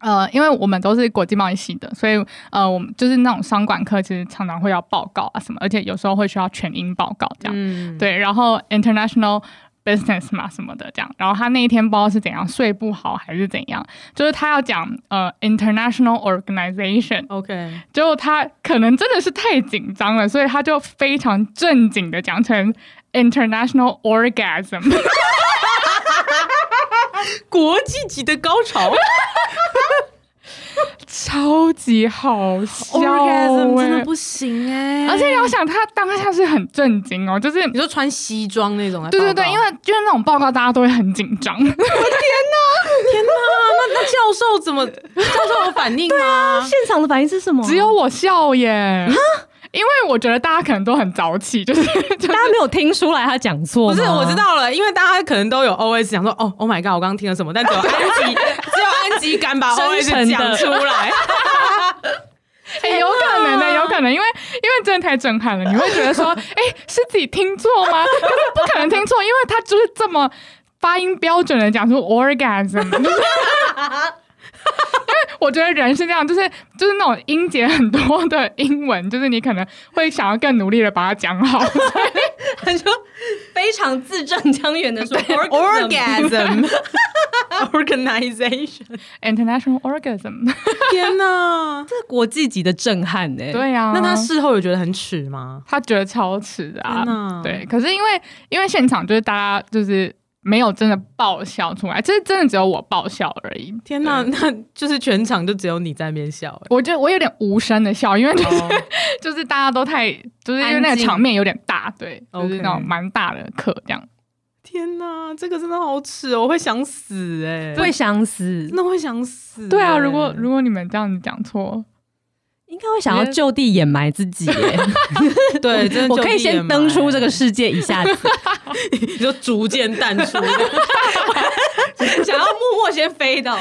[SPEAKER 4] 呃，因为我们都是国际贸易系的，所以呃，我们就是那种商管课，其实常常会要报告啊什么，而且有时候会需要全英报告这样。
[SPEAKER 3] 嗯，
[SPEAKER 4] 对，然后 international business 嘛什么的这样，然后他那一天不知道是怎样睡不好还是怎样，就是他要讲呃 international
[SPEAKER 3] 哦
[SPEAKER 4] organization，
[SPEAKER 3] ，OK，
[SPEAKER 4] 结果他可能真的是太紧张了，所以他就非常正经的讲成 international orgasm。 *laughs*
[SPEAKER 3] 国际级的高潮
[SPEAKER 4] 超级好笑、
[SPEAKER 3] ，orgasm 真
[SPEAKER 4] 欸
[SPEAKER 3] 的，不行哎，
[SPEAKER 4] 而且你要想，他当下是很震惊哦，就是。
[SPEAKER 3] 你说穿西装那种来报
[SPEAKER 4] 对
[SPEAKER 3] 告，
[SPEAKER 4] 对对，因为就是那种报告，大家都会很紧张。
[SPEAKER 3] 天哪， *laughs* 那那教授怎么？教授有反应吗？
[SPEAKER 2] 现场的反应是什么？啊
[SPEAKER 4] 只有我笑耶，因为我觉得大家可能都很早起， *laughs* 就是就
[SPEAKER 2] 大家没有听出来他讲错
[SPEAKER 3] 不
[SPEAKER 2] 吗，
[SPEAKER 3] 是，我知道了，因为大家可能都有 OS 想说，哦，Oh my god，我刚刚听了什么？但只有安
[SPEAKER 2] *laughs*
[SPEAKER 3] 吉，只有安吉敢把
[SPEAKER 2] 真诚
[SPEAKER 3] OS
[SPEAKER 2] 的
[SPEAKER 3] 讲出来。
[SPEAKER 4] 哎有可能的，有可能，因为因为真的太震撼了，你会觉得说，哎，是自己听错吗？可是不可能听错，因为他就是这么发音标准的讲出 orgasm，就是 *laughs* 我觉得人是这样，就是就是那种音节很多的英文，就是你可能会想要更努力的把它讲好。
[SPEAKER 2] 他就 *laughs* 非常字正腔圆的说
[SPEAKER 3] Orgasm *laughs* organization，
[SPEAKER 4] International orgasm，
[SPEAKER 3] 天哪！
[SPEAKER 2] 这 *laughs* 国际级的震撼欸呢、
[SPEAKER 4] 对呀、
[SPEAKER 3] 那他事后有觉得很耻吗？
[SPEAKER 4] 他觉得超迟的啊
[SPEAKER 3] 天哪，
[SPEAKER 4] 对。可是因为因为现场就是大家就是没有真的爆笑出来，就是真的只有我爆笑而已。
[SPEAKER 3] 天哪，那就是全场就只有你在那边笑、欸，
[SPEAKER 4] 我就我有点无声的笑，因为就是、
[SPEAKER 3] 哦
[SPEAKER 4] *laughs* 就是大家都太就是因为那个场面有点大，对，就是那种
[SPEAKER 3] OK
[SPEAKER 4] 蛮大的课这样。
[SPEAKER 3] 天哪，这个真的好耻哦，我会想死哎、
[SPEAKER 2] 会想死
[SPEAKER 3] 真，的会想死欸、
[SPEAKER 4] 对啊，如果如果你们这样子讲错，
[SPEAKER 2] 应该会想要就地掩埋自己欸耶。
[SPEAKER 3] *laughs* 对，真的
[SPEAKER 2] 我可以先登出
[SPEAKER 4] 哎
[SPEAKER 2] 这个世界一下
[SPEAKER 4] *laughs*
[SPEAKER 2] 子，
[SPEAKER 3] 你就逐渐淡 *laughs* 出。
[SPEAKER 2] 想要默默先飞到。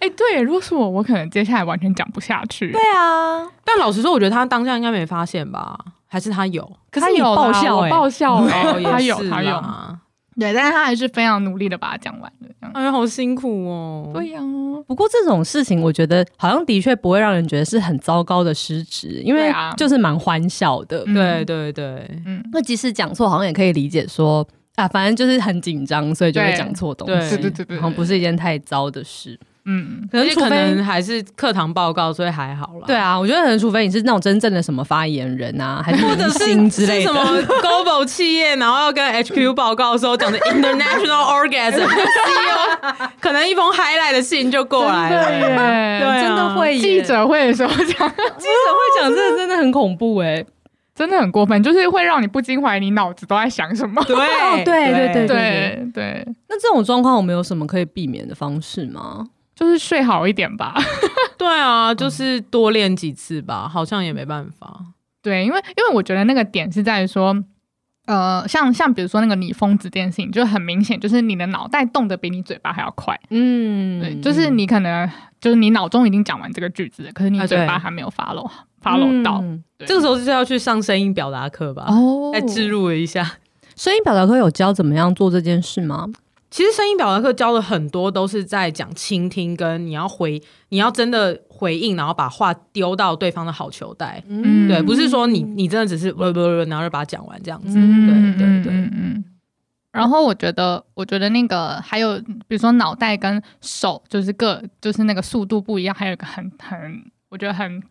[SPEAKER 4] 哎、对，如果是我，我可能接下来完全讲不下去。
[SPEAKER 3] 啊
[SPEAKER 4] 对，
[SPEAKER 3] 但老实说，我觉得他当下应该没发现吧，还是他有？
[SPEAKER 2] 可是你爆笑哎、
[SPEAKER 4] 爆笑哎、 *laughs*
[SPEAKER 3] 欸
[SPEAKER 4] 他
[SPEAKER 3] 哦也
[SPEAKER 4] 有
[SPEAKER 3] 是
[SPEAKER 4] 他有，
[SPEAKER 3] 啦
[SPEAKER 4] 对，但是他还是非常努力的把它讲完了。这样
[SPEAKER 3] 哎呀，好辛苦哦。
[SPEAKER 4] 对呀、
[SPEAKER 2] 不过这种事情，我觉得好像的确不会让人觉得是很糟糕的失职，因
[SPEAKER 4] 对
[SPEAKER 2] 为
[SPEAKER 4] 啊
[SPEAKER 2] 就是蛮欢笑的。
[SPEAKER 4] 嗯
[SPEAKER 3] 对对对
[SPEAKER 2] 那即使讲错，好像也可以理解说啊，反正就是很紧张，所以就会
[SPEAKER 4] 对
[SPEAKER 2] 讲错东
[SPEAKER 3] 对
[SPEAKER 2] 西，
[SPEAKER 4] 对对对对
[SPEAKER 2] 好像不是一件太糟的事。
[SPEAKER 4] 嗯，
[SPEAKER 2] 可
[SPEAKER 3] 而
[SPEAKER 2] 能
[SPEAKER 3] 且
[SPEAKER 2] 除
[SPEAKER 3] 可
[SPEAKER 2] 非
[SPEAKER 3] 能还是课堂报告，所以还好啦。
[SPEAKER 2] 对，啊，我觉得可能除非你是那种真正的什么发言人啊，还是
[SPEAKER 3] 或者
[SPEAKER 2] 明
[SPEAKER 3] 是
[SPEAKER 2] 星之
[SPEAKER 3] 是
[SPEAKER 2] 类的。
[SPEAKER 3] 什么
[SPEAKER 2] *laughs*
[SPEAKER 3] global 企业，然后要跟 HQ 报告的时候讲的 international orgasm 跟 CEO，可能一封 highlight 的信就过来
[SPEAKER 4] 对
[SPEAKER 3] 了。
[SPEAKER 4] 耶，
[SPEAKER 3] *laughs* 对啊
[SPEAKER 2] 真的会耶
[SPEAKER 4] 记者会的时候讲，
[SPEAKER 2] 记者会讲
[SPEAKER 4] *laughs*
[SPEAKER 2] 这个真的很恐怖哎、
[SPEAKER 4] 真的很过分，就是会让你不禁怀疑你脑子都在想什么。
[SPEAKER 3] 对
[SPEAKER 2] 哦对对对
[SPEAKER 4] *laughs* 对对，
[SPEAKER 2] 那这种状况，我们有什么可以避免的方式吗？
[SPEAKER 4] 就是睡好一点吧。
[SPEAKER 3] 对啊，就是多练几次吧，好像也没办法。
[SPEAKER 4] *laughs* 对，因为因为我觉得那个点是在于说，呃，像像比如说那个你疯子这件事情，就很明显，就是你的脑袋动得比你嘴巴还要快。
[SPEAKER 2] 嗯，
[SPEAKER 4] 对，就是你可能就是你脑中已经讲完这个句子了，可是你
[SPEAKER 2] 啊
[SPEAKER 4] 嘴
[SPEAKER 2] 对
[SPEAKER 4] 巴还没有 follow、follow 到。
[SPEAKER 2] 嗯
[SPEAKER 4] 对
[SPEAKER 3] 这个时候就是要去上声音表达课吧，
[SPEAKER 2] 哦
[SPEAKER 3] 来置入一下。
[SPEAKER 2] 声音表达课有教怎么样做这件事吗？
[SPEAKER 3] 其实声音表达课教的很多都是在讲倾听，跟你要回，你要真的回应，然后把话丢到对方的好球袋。
[SPEAKER 4] 嗯
[SPEAKER 3] 对，不是说你你真的只是不不不，然后就把它讲完这样子。
[SPEAKER 4] 嗯，
[SPEAKER 3] 对对对。
[SPEAKER 4] 嗯嗯。然后我觉得，我觉得那个还有，比如说脑袋跟手，就是各就是那个速度不一样。还有一个很很，我觉得很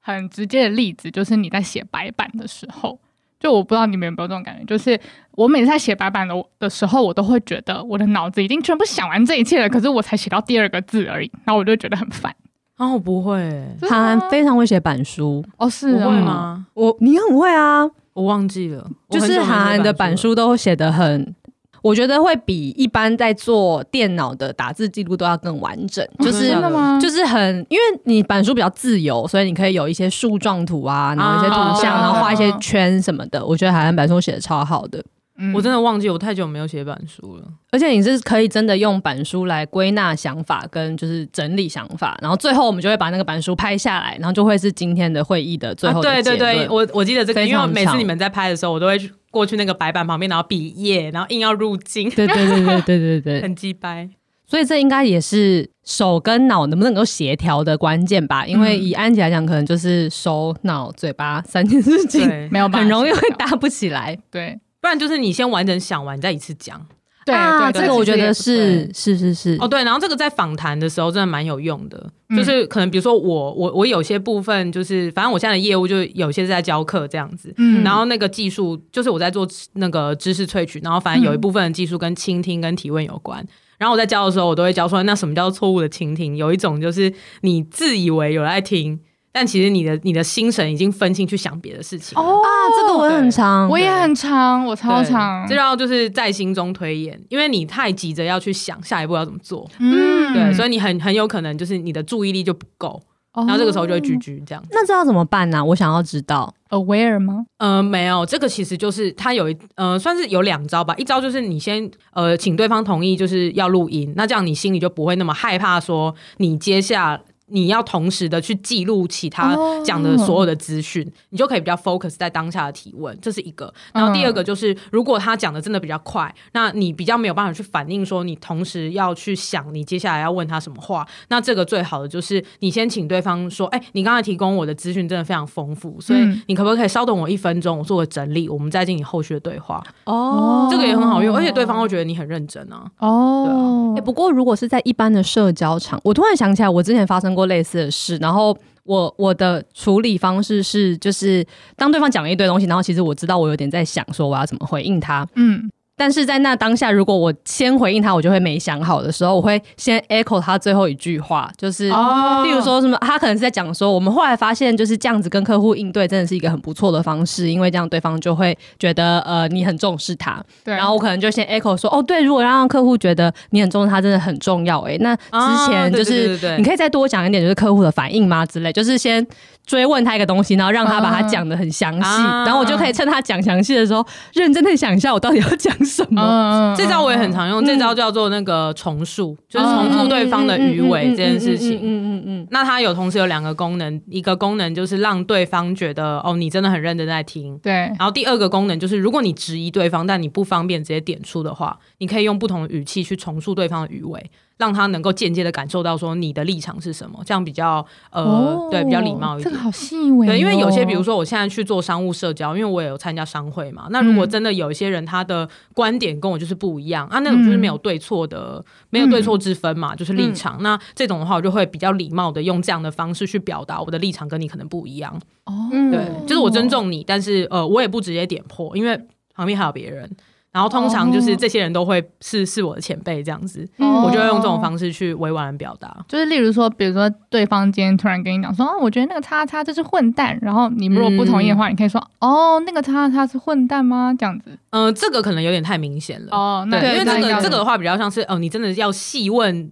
[SPEAKER 4] 很直接的例子，就是你在写白板的时候，就我不知道你们有没有这种感觉，就是我每次在写白板的的时候，我都会觉得我的脑子已经全部想完这一切了，可是我才写到第二个字而已，然后我就觉得很烦。
[SPEAKER 3] 啊，我不会欸，
[SPEAKER 2] 韩寒非常会写板书，
[SPEAKER 4] 哦，是
[SPEAKER 3] 我
[SPEAKER 4] 哦
[SPEAKER 3] 会？吗？
[SPEAKER 2] 我你很会啊，
[SPEAKER 3] 我忘记了，我
[SPEAKER 2] 就
[SPEAKER 3] 很
[SPEAKER 2] 是
[SPEAKER 3] 久没写
[SPEAKER 2] 韩寒的板
[SPEAKER 3] 了。
[SPEAKER 2] 书都写得很。我觉得会比一般在做电脑的打字记录都要更完整，
[SPEAKER 4] 哦
[SPEAKER 2] 就是
[SPEAKER 4] 真的吗？
[SPEAKER 2] 就是很，因为你板书比较自由，所以你可以有一些树状图啊，然后一些图像，
[SPEAKER 3] 哦
[SPEAKER 4] 啊
[SPEAKER 2] 然后画一些圈什么的。我觉得海岸板书写的超好的，
[SPEAKER 4] 嗯
[SPEAKER 3] 我真的忘记，我太久没有写板书了。
[SPEAKER 2] 而且你是可以真的用板书来归纳想法跟就是整理想法，然后最后我们就会把那个板书拍下来，然后就会是今天的会议的最
[SPEAKER 3] 啊
[SPEAKER 2] 后的、
[SPEAKER 3] 对对对，，我我记得这个，
[SPEAKER 2] 非
[SPEAKER 3] 因为
[SPEAKER 2] 常
[SPEAKER 3] 每次
[SPEAKER 2] 长
[SPEAKER 3] 你们在拍的时候，我都会去过去那个白板旁边，然后比耶，然后硬要入镜，
[SPEAKER 2] 对对对对对对对，
[SPEAKER 3] *laughs* 很鸡掰。
[SPEAKER 2] *laughs* 所以这应该也是手跟脑能不能够协调的关键吧？因为以安吉来讲，可能就是手、脑、嘴巴三件事情
[SPEAKER 3] 对，
[SPEAKER 4] 没有
[SPEAKER 2] *laughs*
[SPEAKER 4] 吧？
[SPEAKER 2] 很容易会搭不起 *laughs* 来。
[SPEAKER 4] 对
[SPEAKER 3] 不然就是你先完整想完，你再一次讲。
[SPEAKER 4] 对
[SPEAKER 2] 啊
[SPEAKER 4] 对，
[SPEAKER 2] 这个我觉得
[SPEAKER 4] 其实也不
[SPEAKER 2] 是
[SPEAKER 4] 对
[SPEAKER 2] 是是是
[SPEAKER 3] 哦，，对，然后这个在访谈的时候真的蛮有用的，
[SPEAKER 4] 嗯
[SPEAKER 3] 就是可能比如说我我我有些部分就是，反正我现在的业务就有些是在教课这样子。
[SPEAKER 4] 嗯
[SPEAKER 3] 然后那个技术就是我在做那个知识萃取，然后反
[SPEAKER 4] 嗯
[SPEAKER 3] 正有一部分的技术跟倾听跟提问有关。然后我在教的时候，我都会教说，那什么叫错误的倾听？有一种就是你自以为有在听，但其实你的你的心神已经分心去想别的事情了。
[SPEAKER 4] 哦，
[SPEAKER 2] 啊，这个我也很常，
[SPEAKER 4] 我也很长，我超
[SPEAKER 3] 对
[SPEAKER 4] 长
[SPEAKER 3] 这，要就是在心中推演，因为你太急着要去想下一步要怎么做，
[SPEAKER 4] 嗯，
[SPEAKER 3] 对，所
[SPEAKER 4] 以
[SPEAKER 3] 以你很很有可能就是你的注意力就不够，
[SPEAKER 4] 然
[SPEAKER 3] 然后这个时候就会
[SPEAKER 4] 哦
[SPEAKER 3] 拒绝这样。
[SPEAKER 2] 那这要怎么办呢、我想要知道。
[SPEAKER 4] aware 吗？
[SPEAKER 3] 呃，没有，这个其实就是它有一呃，算是有两招吧。一招就是你先呃，请对方同意，就是要录音，那这样你心里就不会那么害怕，说你接下。你要同时的去记录其他
[SPEAKER 4] 哦
[SPEAKER 3] 讲的所有的资讯你就可以比较 focus 在当下的提问，这是一个。然后第二个就是，如果他讲的真的比较快，那你比较没有办法去反应，说你同时要去想你接下来要问他什么话。那这个最好的就是你先请对方说：“哎、你刚才提供我的资讯真的非常丰富，所以
[SPEAKER 4] 嗯
[SPEAKER 3] 你可不可以稍等我一分钟，我做个整理，我们再进行后续的对话。
[SPEAKER 4] 哦
[SPEAKER 3] 这个也很好用，而且对方会觉得你很认真啊。
[SPEAKER 4] 哦
[SPEAKER 2] 哎、，不过如果是在一般的社交场，我突然想起来，我之前发生过类似的事，然后我我的处理方式
[SPEAKER 3] 啊
[SPEAKER 2] 是，就是当对方讲了一堆东西，然后其实我知道我有点在想说我要怎么回应他，
[SPEAKER 4] 嗯
[SPEAKER 2] 但是在那当下，如果我先回应他，我就会没想好的时候，我会先 echo 他最后一句话，就是，
[SPEAKER 4] 哦
[SPEAKER 2] 例如说什么，他可能是在讲说，我们后来发现就是这样子跟客户应对，真的是一个很不错的方式，因为这样对方就会觉得呃你很重视他，
[SPEAKER 4] 对，
[SPEAKER 2] 然后我可能就先 echo 说，哦，对，如果要让客户觉得你很重视他，真的很重要、欸。哎，那之
[SPEAKER 3] 啊
[SPEAKER 2] 前
[SPEAKER 3] 对
[SPEAKER 2] 就
[SPEAKER 3] 对对
[SPEAKER 2] 是
[SPEAKER 3] 对对
[SPEAKER 2] 你可以再多讲一点，就是客户的反应吗之类，就是先追问他一个东西，然后让他把它讲的很详细，
[SPEAKER 3] 啊
[SPEAKER 2] 然后我就可以趁他讲详细的时候，认真的想一下我到底要讲什么。
[SPEAKER 4] 嗯
[SPEAKER 3] 这招我也很常用，这
[SPEAKER 2] 嗯
[SPEAKER 3] 招叫做那个重述，就是
[SPEAKER 2] 哦
[SPEAKER 3] 重复对方的语尾这件事情。
[SPEAKER 2] 嗯嗯嗯，
[SPEAKER 3] 那它有同时有两个功能，一个功能就是让对方觉得哦，你真的很认真在听。
[SPEAKER 4] 嗯对
[SPEAKER 3] 然后第二个功能就是，如果你质疑对方，但你不方便直接点出的话，你可以用不同的语气去重述对方的语尾，让他能够间接的感受到说你的立场是什么，这样比较呃，对，比较礼貌一
[SPEAKER 4] 这
[SPEAKER 3] 点
[SPEAKER 4] 个。好细微哦、
[SPEAKER 3] 对，因为有些，比如说我现在去做商务社交，因为我也有参加商会嘛。那如果真的有一些人他的观点跟我就是不一样、啊，那种就是没有对错的，没有对错之分嘛，就是立场。那这种的话，我就会比较礼貌的用这样的方式去表达我的立场跟你可能不一样。
[SPEAKER 4] 哦，
[SPEAKER 3] 对，就是我尊重你，但是呃，我也不直接点破，因为旁边还有别人。然后通常就是这些人都会是是我的前辈这样子，
[SPEAKER 5] 嗯
[SPEAKER 1] 哦
[SPEAKER 3] 我就会用这种方式去委婉地表达。
[SPEAKER 4] 就是例如说，比如说对方今天突然跟你讲说，哦，我觉得那个叉叉这是混蛋，然后你如果不同意的话，你可以说，哦，那个叉叉是混蛋吗？这样子。
[SPEAKER 3] 嗯、这个可能有点太明显了。
[SPEAKER 4] 哦，那
[SPEAKER 3] 对，因为
[SPEAKER 4] 那
[SPEAKER 3] 这
[SPEAKER 4] 要
[SPEAKER 3] 个这个的话比较像是，哦，你真的要细问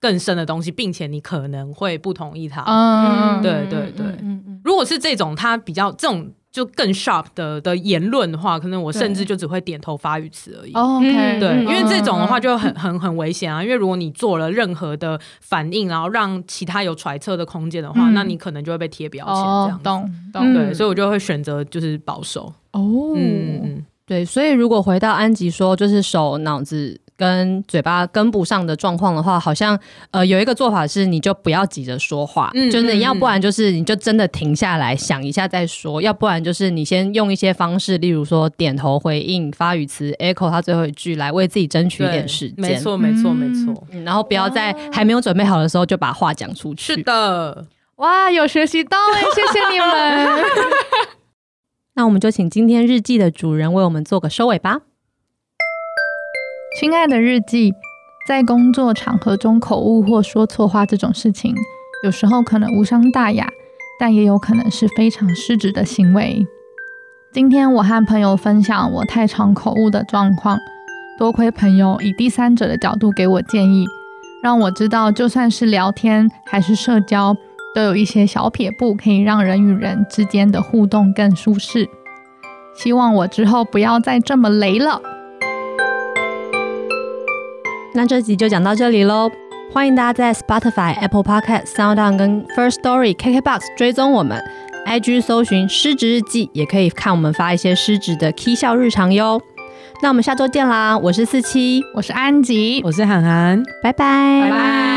[SPEAKER 3] 更深的东西，并且你可能会不同意他。
[SPEAKER 4] 嗯，
[SPEAKER 3] 对对对，如果是这种他比较这种就更 sharp 的的言论的话，可能我甚至就只会点头发语词而已。
[SPEAKER 4] 哦，OK，
[SPEAKER 3] 对，因为这种的话
[SPEAKER 4] 嗯，
[SPEAKER 3] 就很很很危险啊！因为如果你做了任何的反应，然后让其他有揣测的空间的话，
[SPEAKER 4] 嗯
[SPEAKER 3] 那你可能就会被贴标签这
[SPEAKER 4] 哦
[SPEAKER 3] 样，子。
[SPEAKER 4] 懂懂，
[SPEAKER 2] 嗯
[SPEAKER 3] 对，所以我就会选择就是保守。
[SPEAKER 4] 哦，
[SPEAKER 3] 嗯嗯，
[SPEAKER 2] 对，所以如果回到安吉说，就是手、脑子跟嘴巴跟不上的状况的话，好像呃有一个做法是，你就不要急着说话，
[SPEAKER 3] 嗯
[SPEAKER 2] 就是
[SPEAKER 3] 嗯
[SPEAKER 2] 你要
[SPEAKER 3] 嗯
[SPEAKER 2] 不然就是你就真的停下来想一下再说，要不然就是你先用一些方式，例如说点头回应、发语词、echo 他最后一句来为自己争取一
[SPEAKER 3] 对
[SPEAKER 2] 点时间，
[SPEAKER 3] 没错没错没错，
[SPEAKER 2] 嗯、然后不要在还没有准备好的时候就把话讲出去。
[SPEAKER 3] 是的。
[SPEAKER 4] 哇，有学习到哎，谢谢你们。
[SPEAKER 2] 那我们就请今天日记的主人为我们做个收尾吧。
[SPEAKER 5] 亲爱的日记，在工作场合中口误或说错话这种事情，有时候可能无伤大雅，但也有可能是非常失职的行为。今天我和朋友分享我太常口误的状况，多亏朋友以第三者的角度给我建议，让我知道就算是聊天还是社交，都有一些小撇步可以让人与人之间的互动更舒适。希望我之后不要再这么雷了。
[SPEAKER 2] 那这集就讲到这里喽。欢迎大家在 Spotify、Apple Podcast、Sound On 跟 First Story、KKBox 追踪我们，IG 搜寻“失职日记”，也可以看我们发一些失职的 K 笑日常哟。那我们下周见啦！我是四七，
[SPEAKER 5] 我是安吉，
[SPEAKER 3] 我是涵涵，
[SPEAKER 2] 拜拜，
[SPEAKER 4] 拜拜